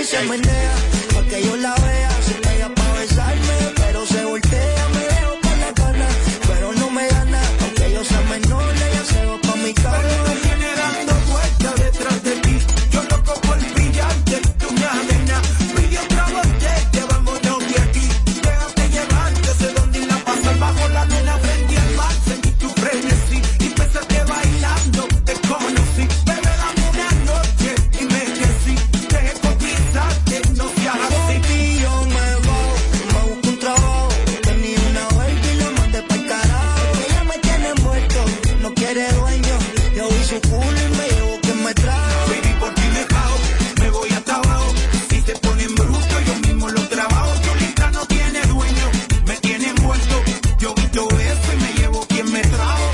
[SPEAKER 19] Y se menea pa' que yo la vea. Se pega pa' besarme, pero se voltea. Me dejo con las ganas, pero no me gana. Aunque yo sea menor, ella se va pa' mi cama.
[SPEAKER 7] Viene dando vueltas detrás de ti. Yo loco por pillarte, tú me amenazas. Pide otra botella, vámonos de aquí. Déjate llevar, yo sé dónde la pasas. Bajo la luna prendí el mar, sentí tu frenesí. Y pensaste bailando, te conocí. Bebé, dame una noche y me decí. Deje cotizarte, no seas así.
[SPEAKER 19] Y yo me voy, me busco un trabajo. Tenía una vuelta y la mandé para carajo. Ella me tiene muerto, no quiere dueño. Yo vi su culo y me llevo que me trajo.
[SPEAKER 7] Baby, por ti me bajo, me voy hasta abajo. Si te ponen bruto, yo mismo lo trabajo. Cholita no tiene dueño, me tiene muerto. Yo visto eso y me llevo quien me trajo.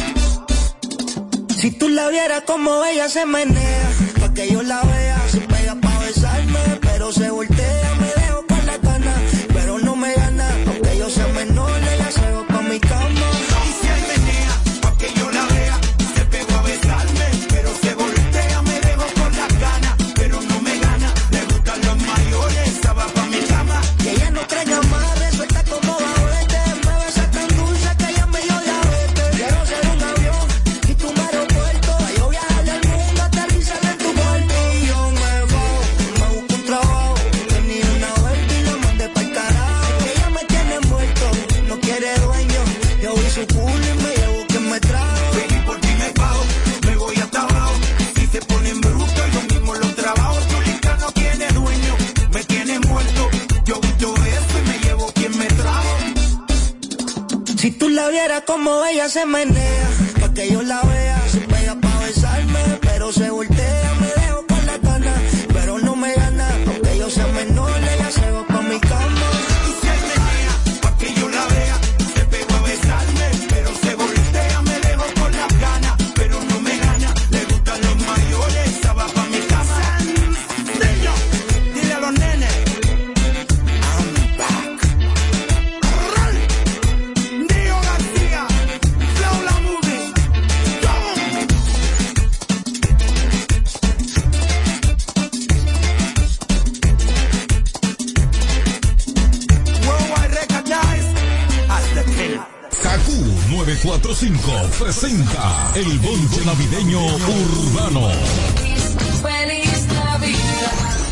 [SPEAKER 19] Si tú la vieras como ella se menea, pa' que yo la vea, se pega pa' besarme, pero se voltea, me dejo con la gana, pero no me gana, aunque yo sea menor, ella se va pa' mi cama.
[SPEAKER 7] Y se menea, pa' que yo la vea. Se pegó a besarme, pero se voltea. Me dejo con las ganas, pero no me gana. Le gustan los mayores, esa va pa' mi cama.
[SPEAKER 19] Que ella no traiga más, resuelta como babolete, me besa tan dulce que ella me dio diabetes. Quiero ser un avión y tu un aeropuerto, yo viajarle al mundo, aterrizar en tu cuerpo. Y yo me voy, me busco un trabajo, tenía una vuelta y la mandé para carajo. Que ella me tiene muerto, no quiere dueño, yo vi su culo y me llevo que me trajo.
[SPEAKER 7] Baby, por ti me bajo, me voy hasta abajo. Si se ponen bruto, yo mismo lo trabajo. Cholita no tiene dueño, me tiene muerto. Yo visto eso y me llevo quien me trajo.
[SPEAKER 19] Si tú la vieras como ella se menea, pa' que yo la vea, se pega pa' besarme, pero se voltea, me dejo con la gana, pero no me gana, aunque yo sea menor, ella se va pa' mi cama.
[SPEAKER 7] Y se menea, pa' que yo la vea. Se pegó a besarme, pero se voltea. Me dejo con las ganas, pero no me gana. Le gustan los mayores, esa va pa' mi casa. Niño, dile a los nenes. I'm back. Rol, Dio García, Flow La Movie. Yo. Worldwide recognized as the king.
[SPEAKER 29] Kaku 945 presenta el bonche navideño urbano.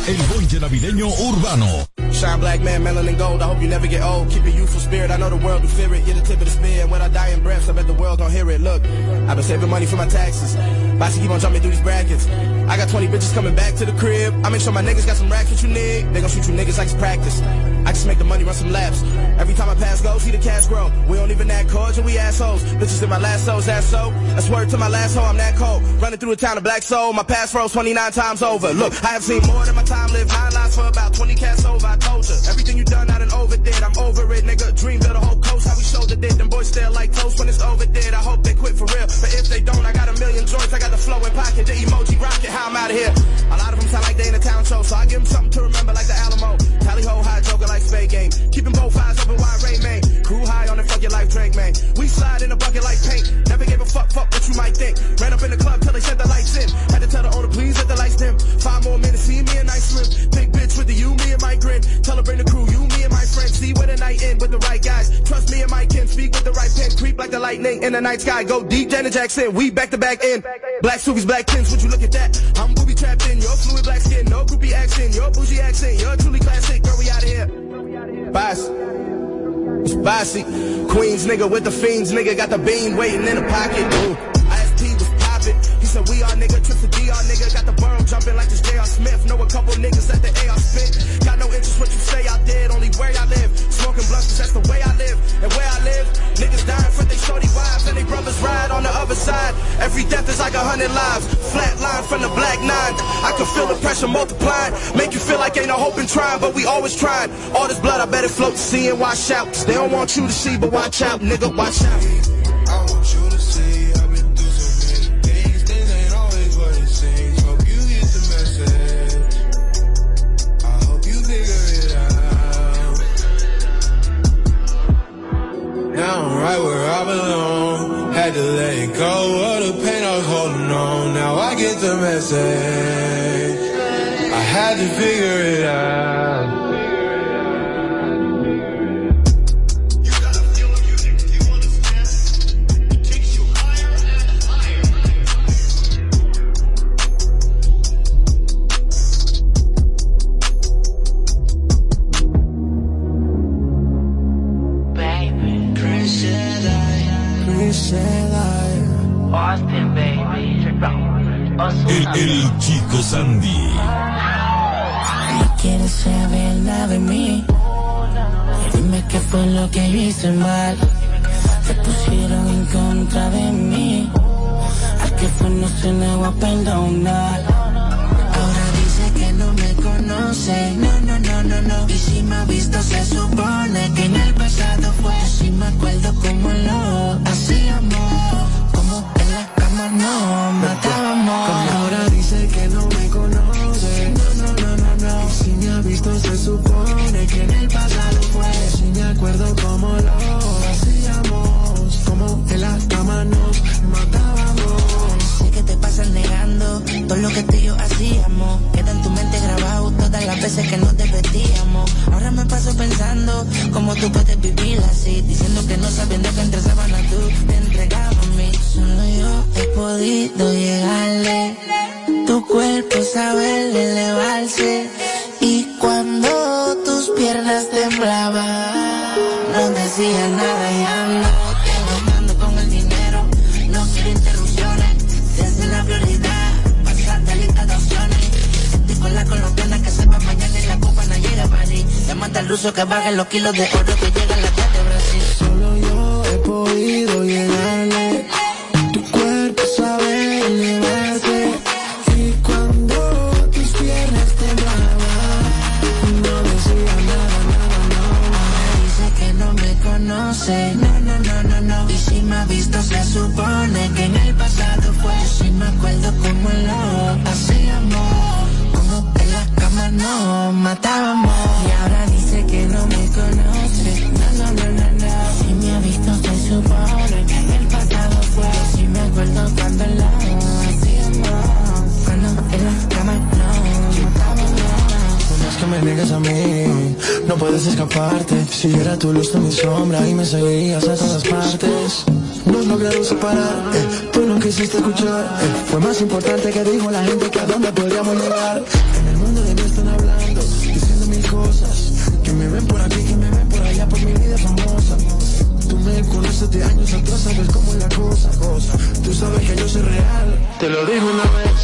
[SPEAKER 29] El bonche navideño urbano.
[SPEAKER 30] Shine black man, melanin gold. I hope you never get old. Keep a youthful spirit. I know the world will fear it. You're the tip of the spear. And when I die in breaths, I bet the world don't hear it. Look, I've been saving money for my taxes. About to keep on jumping through these brackets. I got 20 bitches coming back to the crib. I make sure my niggas got some racks what you need. They gon' shoot you niggas like it's practice. I just make the money run some laps. Every time I pass go, see the cash grow. We don't even act cordial, we assholes. Bitches in my lasso's ass so. I swear to my last hoe, I'm that cold. Running through the town of black soul. My past rose 29 times over. Look, I have seen more than my time lived. Nine lives for about 20 cats over. I told ya. Everything you done, I done overdid. I'm over it, nigga. Dream build a whole coast. How we shouldered it. Them boys stare like toast when it's overdid. I hope they quit for real. But if they don't, I got a million joints. I got the flow in pocket. The emoji rocket. How I'm out of here. A lot of them sound like they in a town show. So I give them something to remember like the Alamo. Tally ho, high joker like spade game. Keeping both eyes open wide rain, man. Crew high on the fuck your life train man. We slide in a bucket like paint. Never gave a fuck, fuck what you might think. Ran up in the club till they shut the lights in. Had to tell the owner, please let the lights dim. Five more minutes, see me and I swim. Big bitch with the you, me and my grin. Tell her bring the crew, you, me and my friends. See where the night end with the right guys. Trust me and my kin. Speak with the right pen. Creep like the lightning in the night sky. Go deep, Janet Jackson. We back to back in. Black subies, black pins. Would you look at that? I'm booby trapped in. Your fluid black skin. No groupie action. Your bougie accent. You're truly classic. Girl, we out of here. Bye. It's bossy. Queens nigga with the fiends, nigga got the bean waiting in the pocket. Ooh. ISP was poppin'. He said, We are nigga, trips to DR nigga. Got the burn jumping like this J.R. Smith. Know a couple niggas at the AR spit. Got no interest what you say I did, only where I live. Smoking blunts, that's the way I live. And where I live, niggas dying for they shorty wives. And they brothers ride on the other side. Every death is like a hundred lives. Flat line from the black nine. I can feel the pressure multiplying. Make you feel like ain't no hope in trying, but we always trying. All this blood, I bet it floats. See and watch out. They don't want you to see, but watch out, nigga, watch out.
[SPEAKER 10] I want you to see I've been through so many things. Things ain't always what it seems. Hope you get the message. I hope you figure it out. Now I'm right where I belong. Had to let it go of the pain I was holding on. Now I get the message. I had to figure it out.
[SPEAKER 5] Austin, baby.
[SPEAKER 29] El, el chico Sandy.
[SPEAKER 31] Quieres saber nada de mí. Dime qué fue lo que hice mal. Te pusieron en contra de mí. Al que fue no se le va a perdonar. Ahora dice que no me conoce. No, no, no, no, no. Y si me ha visto, se supone que en el pasado fue. Si me acuerdo cómo lo hacíamos. Como en la cama no matábamos.
[SPEAKER 10] Ahora dice que no me conoce. No, no, no, no, no. Y si me ha visto, se supone que en el pasado fue. Si me acuerdo cómo lo hacíamos. Como en la cama nos matábamos.
[SPEAKER 31] Sé que te pasas negando todo lo que tú y yo hacíamos. Queda en tu mente grabado todas las veces que nos divertíamos. Ahora me paso pensando cómo tú puedes vivir así. Diciendo que no sabiendo que entre sábanas tú te entregabas a mí. Solo yo he podido llegarle. Tu cuerpo sabe elevarse. Y cuando tus piernas temblaban, no decía nada ya no. Tengo mando con el dinero, no quiero interrupciones. Es una prioridad, pasarte lista de opciones. Estoy con la colombiana que sepa mañana en la copa no llega a París. Le manda al ruso que baje los kilos de oro que llegan las de Brasil.
[SPEAKER 10] Solo yo he podido llegarle. Tu cuerpo sabe elevarse. Y cuando tus piernas temblaban, no decía nada, nada,
[SPEAKER 31] Dice que no me conoce, no, no, no, no, no. Y si me ha visto, se supone que en el pasado fue. Yo sí me acuerdo cómo lo hacíamos, como en la cama nos matábamos. Y ahora dice que no me conoce, no, no, no, no, no. Si me ha visto, se supone que en el pasado fue. Yo sí me acuerdo cuando lo hacíamos, cuando en la cama nos matábamos.
[SPEAKER 10] Por más que me niegues a mí, no puedes escaparte. Si era tu luz, tú mi sombra y me seguías a todas partes. Nos lograron separar, eh, tú no quisiste escuchar. eh, fue más importante que dijo la gente que a dónde podríamos llegar. En el mundo de mí están hablando, diciendo mil cosas. Que me ven por aquí, que me ven por allá, por mi vida famosa. Tú me conoces de años atrás, sabes cómo es la cosa, cosa. Tú sabes que yo soy real, te lo digo una vez.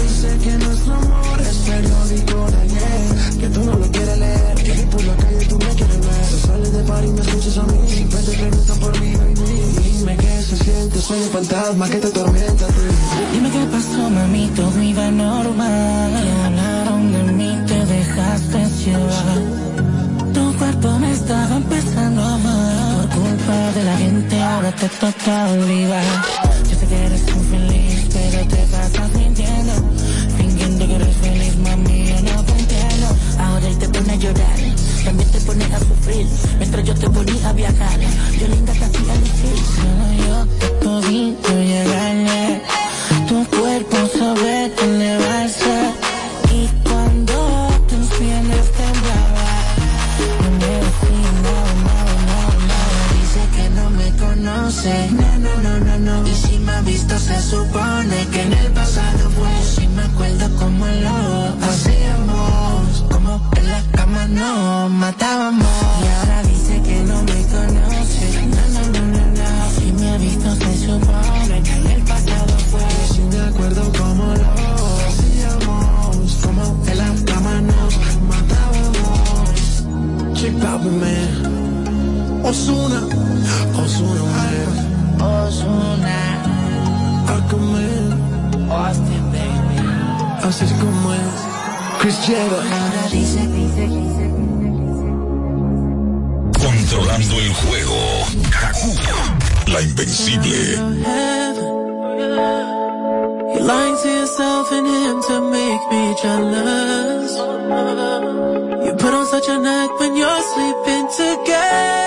[SPEAKER 10] Dice que nuestro amor es periódico de ayer Que tú no lo quieres leer Que ni por la calle tú me quieres ver Tú sales de par y me escuchas a mí Siempre te preguntan por mí, baby Dime qué se siente, soy un fantasma que te atormenta a ti
[SPEAKER 31] Dime qué pasó, mami, todo iba normal. Y hablaron de mí, te dejaste llevar. Tu cuerpo me estaba empezando a amar. Por culpa de la gente, ahora te toca olvidar. Yo sé que eres muy feliz, pero te pasas mintiendo. Fingiendo que eres feliz, mami, yo no te entiendo. Ahora él te pone a llorar. también te pones a sufrir. Mientras yo te ponía a viajar, yo linda te hacía difícil.
[SPEAKER 1] Yo te podido llegarle, tu cuerpo sabe que elevarse. Y cuando tus piernas temblaban, no me decía nada, nada, nada, nada.
[SPEAKER 31] Dice que no me conoce, no, no, no, no, no. Y si me ha visto, se supone que en el pasado fue. Si me acuerdo como lo hacíamos, como en la cama nos matábamos. Y ahora dice que no me conoce, no, no, no, no, no.
[SPEAKER 1] Si me ha visto, se supone que en el pasado fue.
[SPEAKER 31] Si me acuerdo como lo hacíamos, como en la cama nos matábamos.
[SPEAKER 10] Chip out with man. Osuna. Osuna, man.
[SPEAKER 1] Osuna,
[SPEAKER 10] A comer.
[SPEAKER 1] Austin, baby.
[SPEAKER 10] Así es como es. Chris
[SPEAKER 31] Ahora dice, dice, dice.
[SPEAKER 14] Controlando el juego. Kaku, la invencible.
[SPEAKER 1] You lying to yourself and him to make me jealous. You put on such an act when you're sleeping together.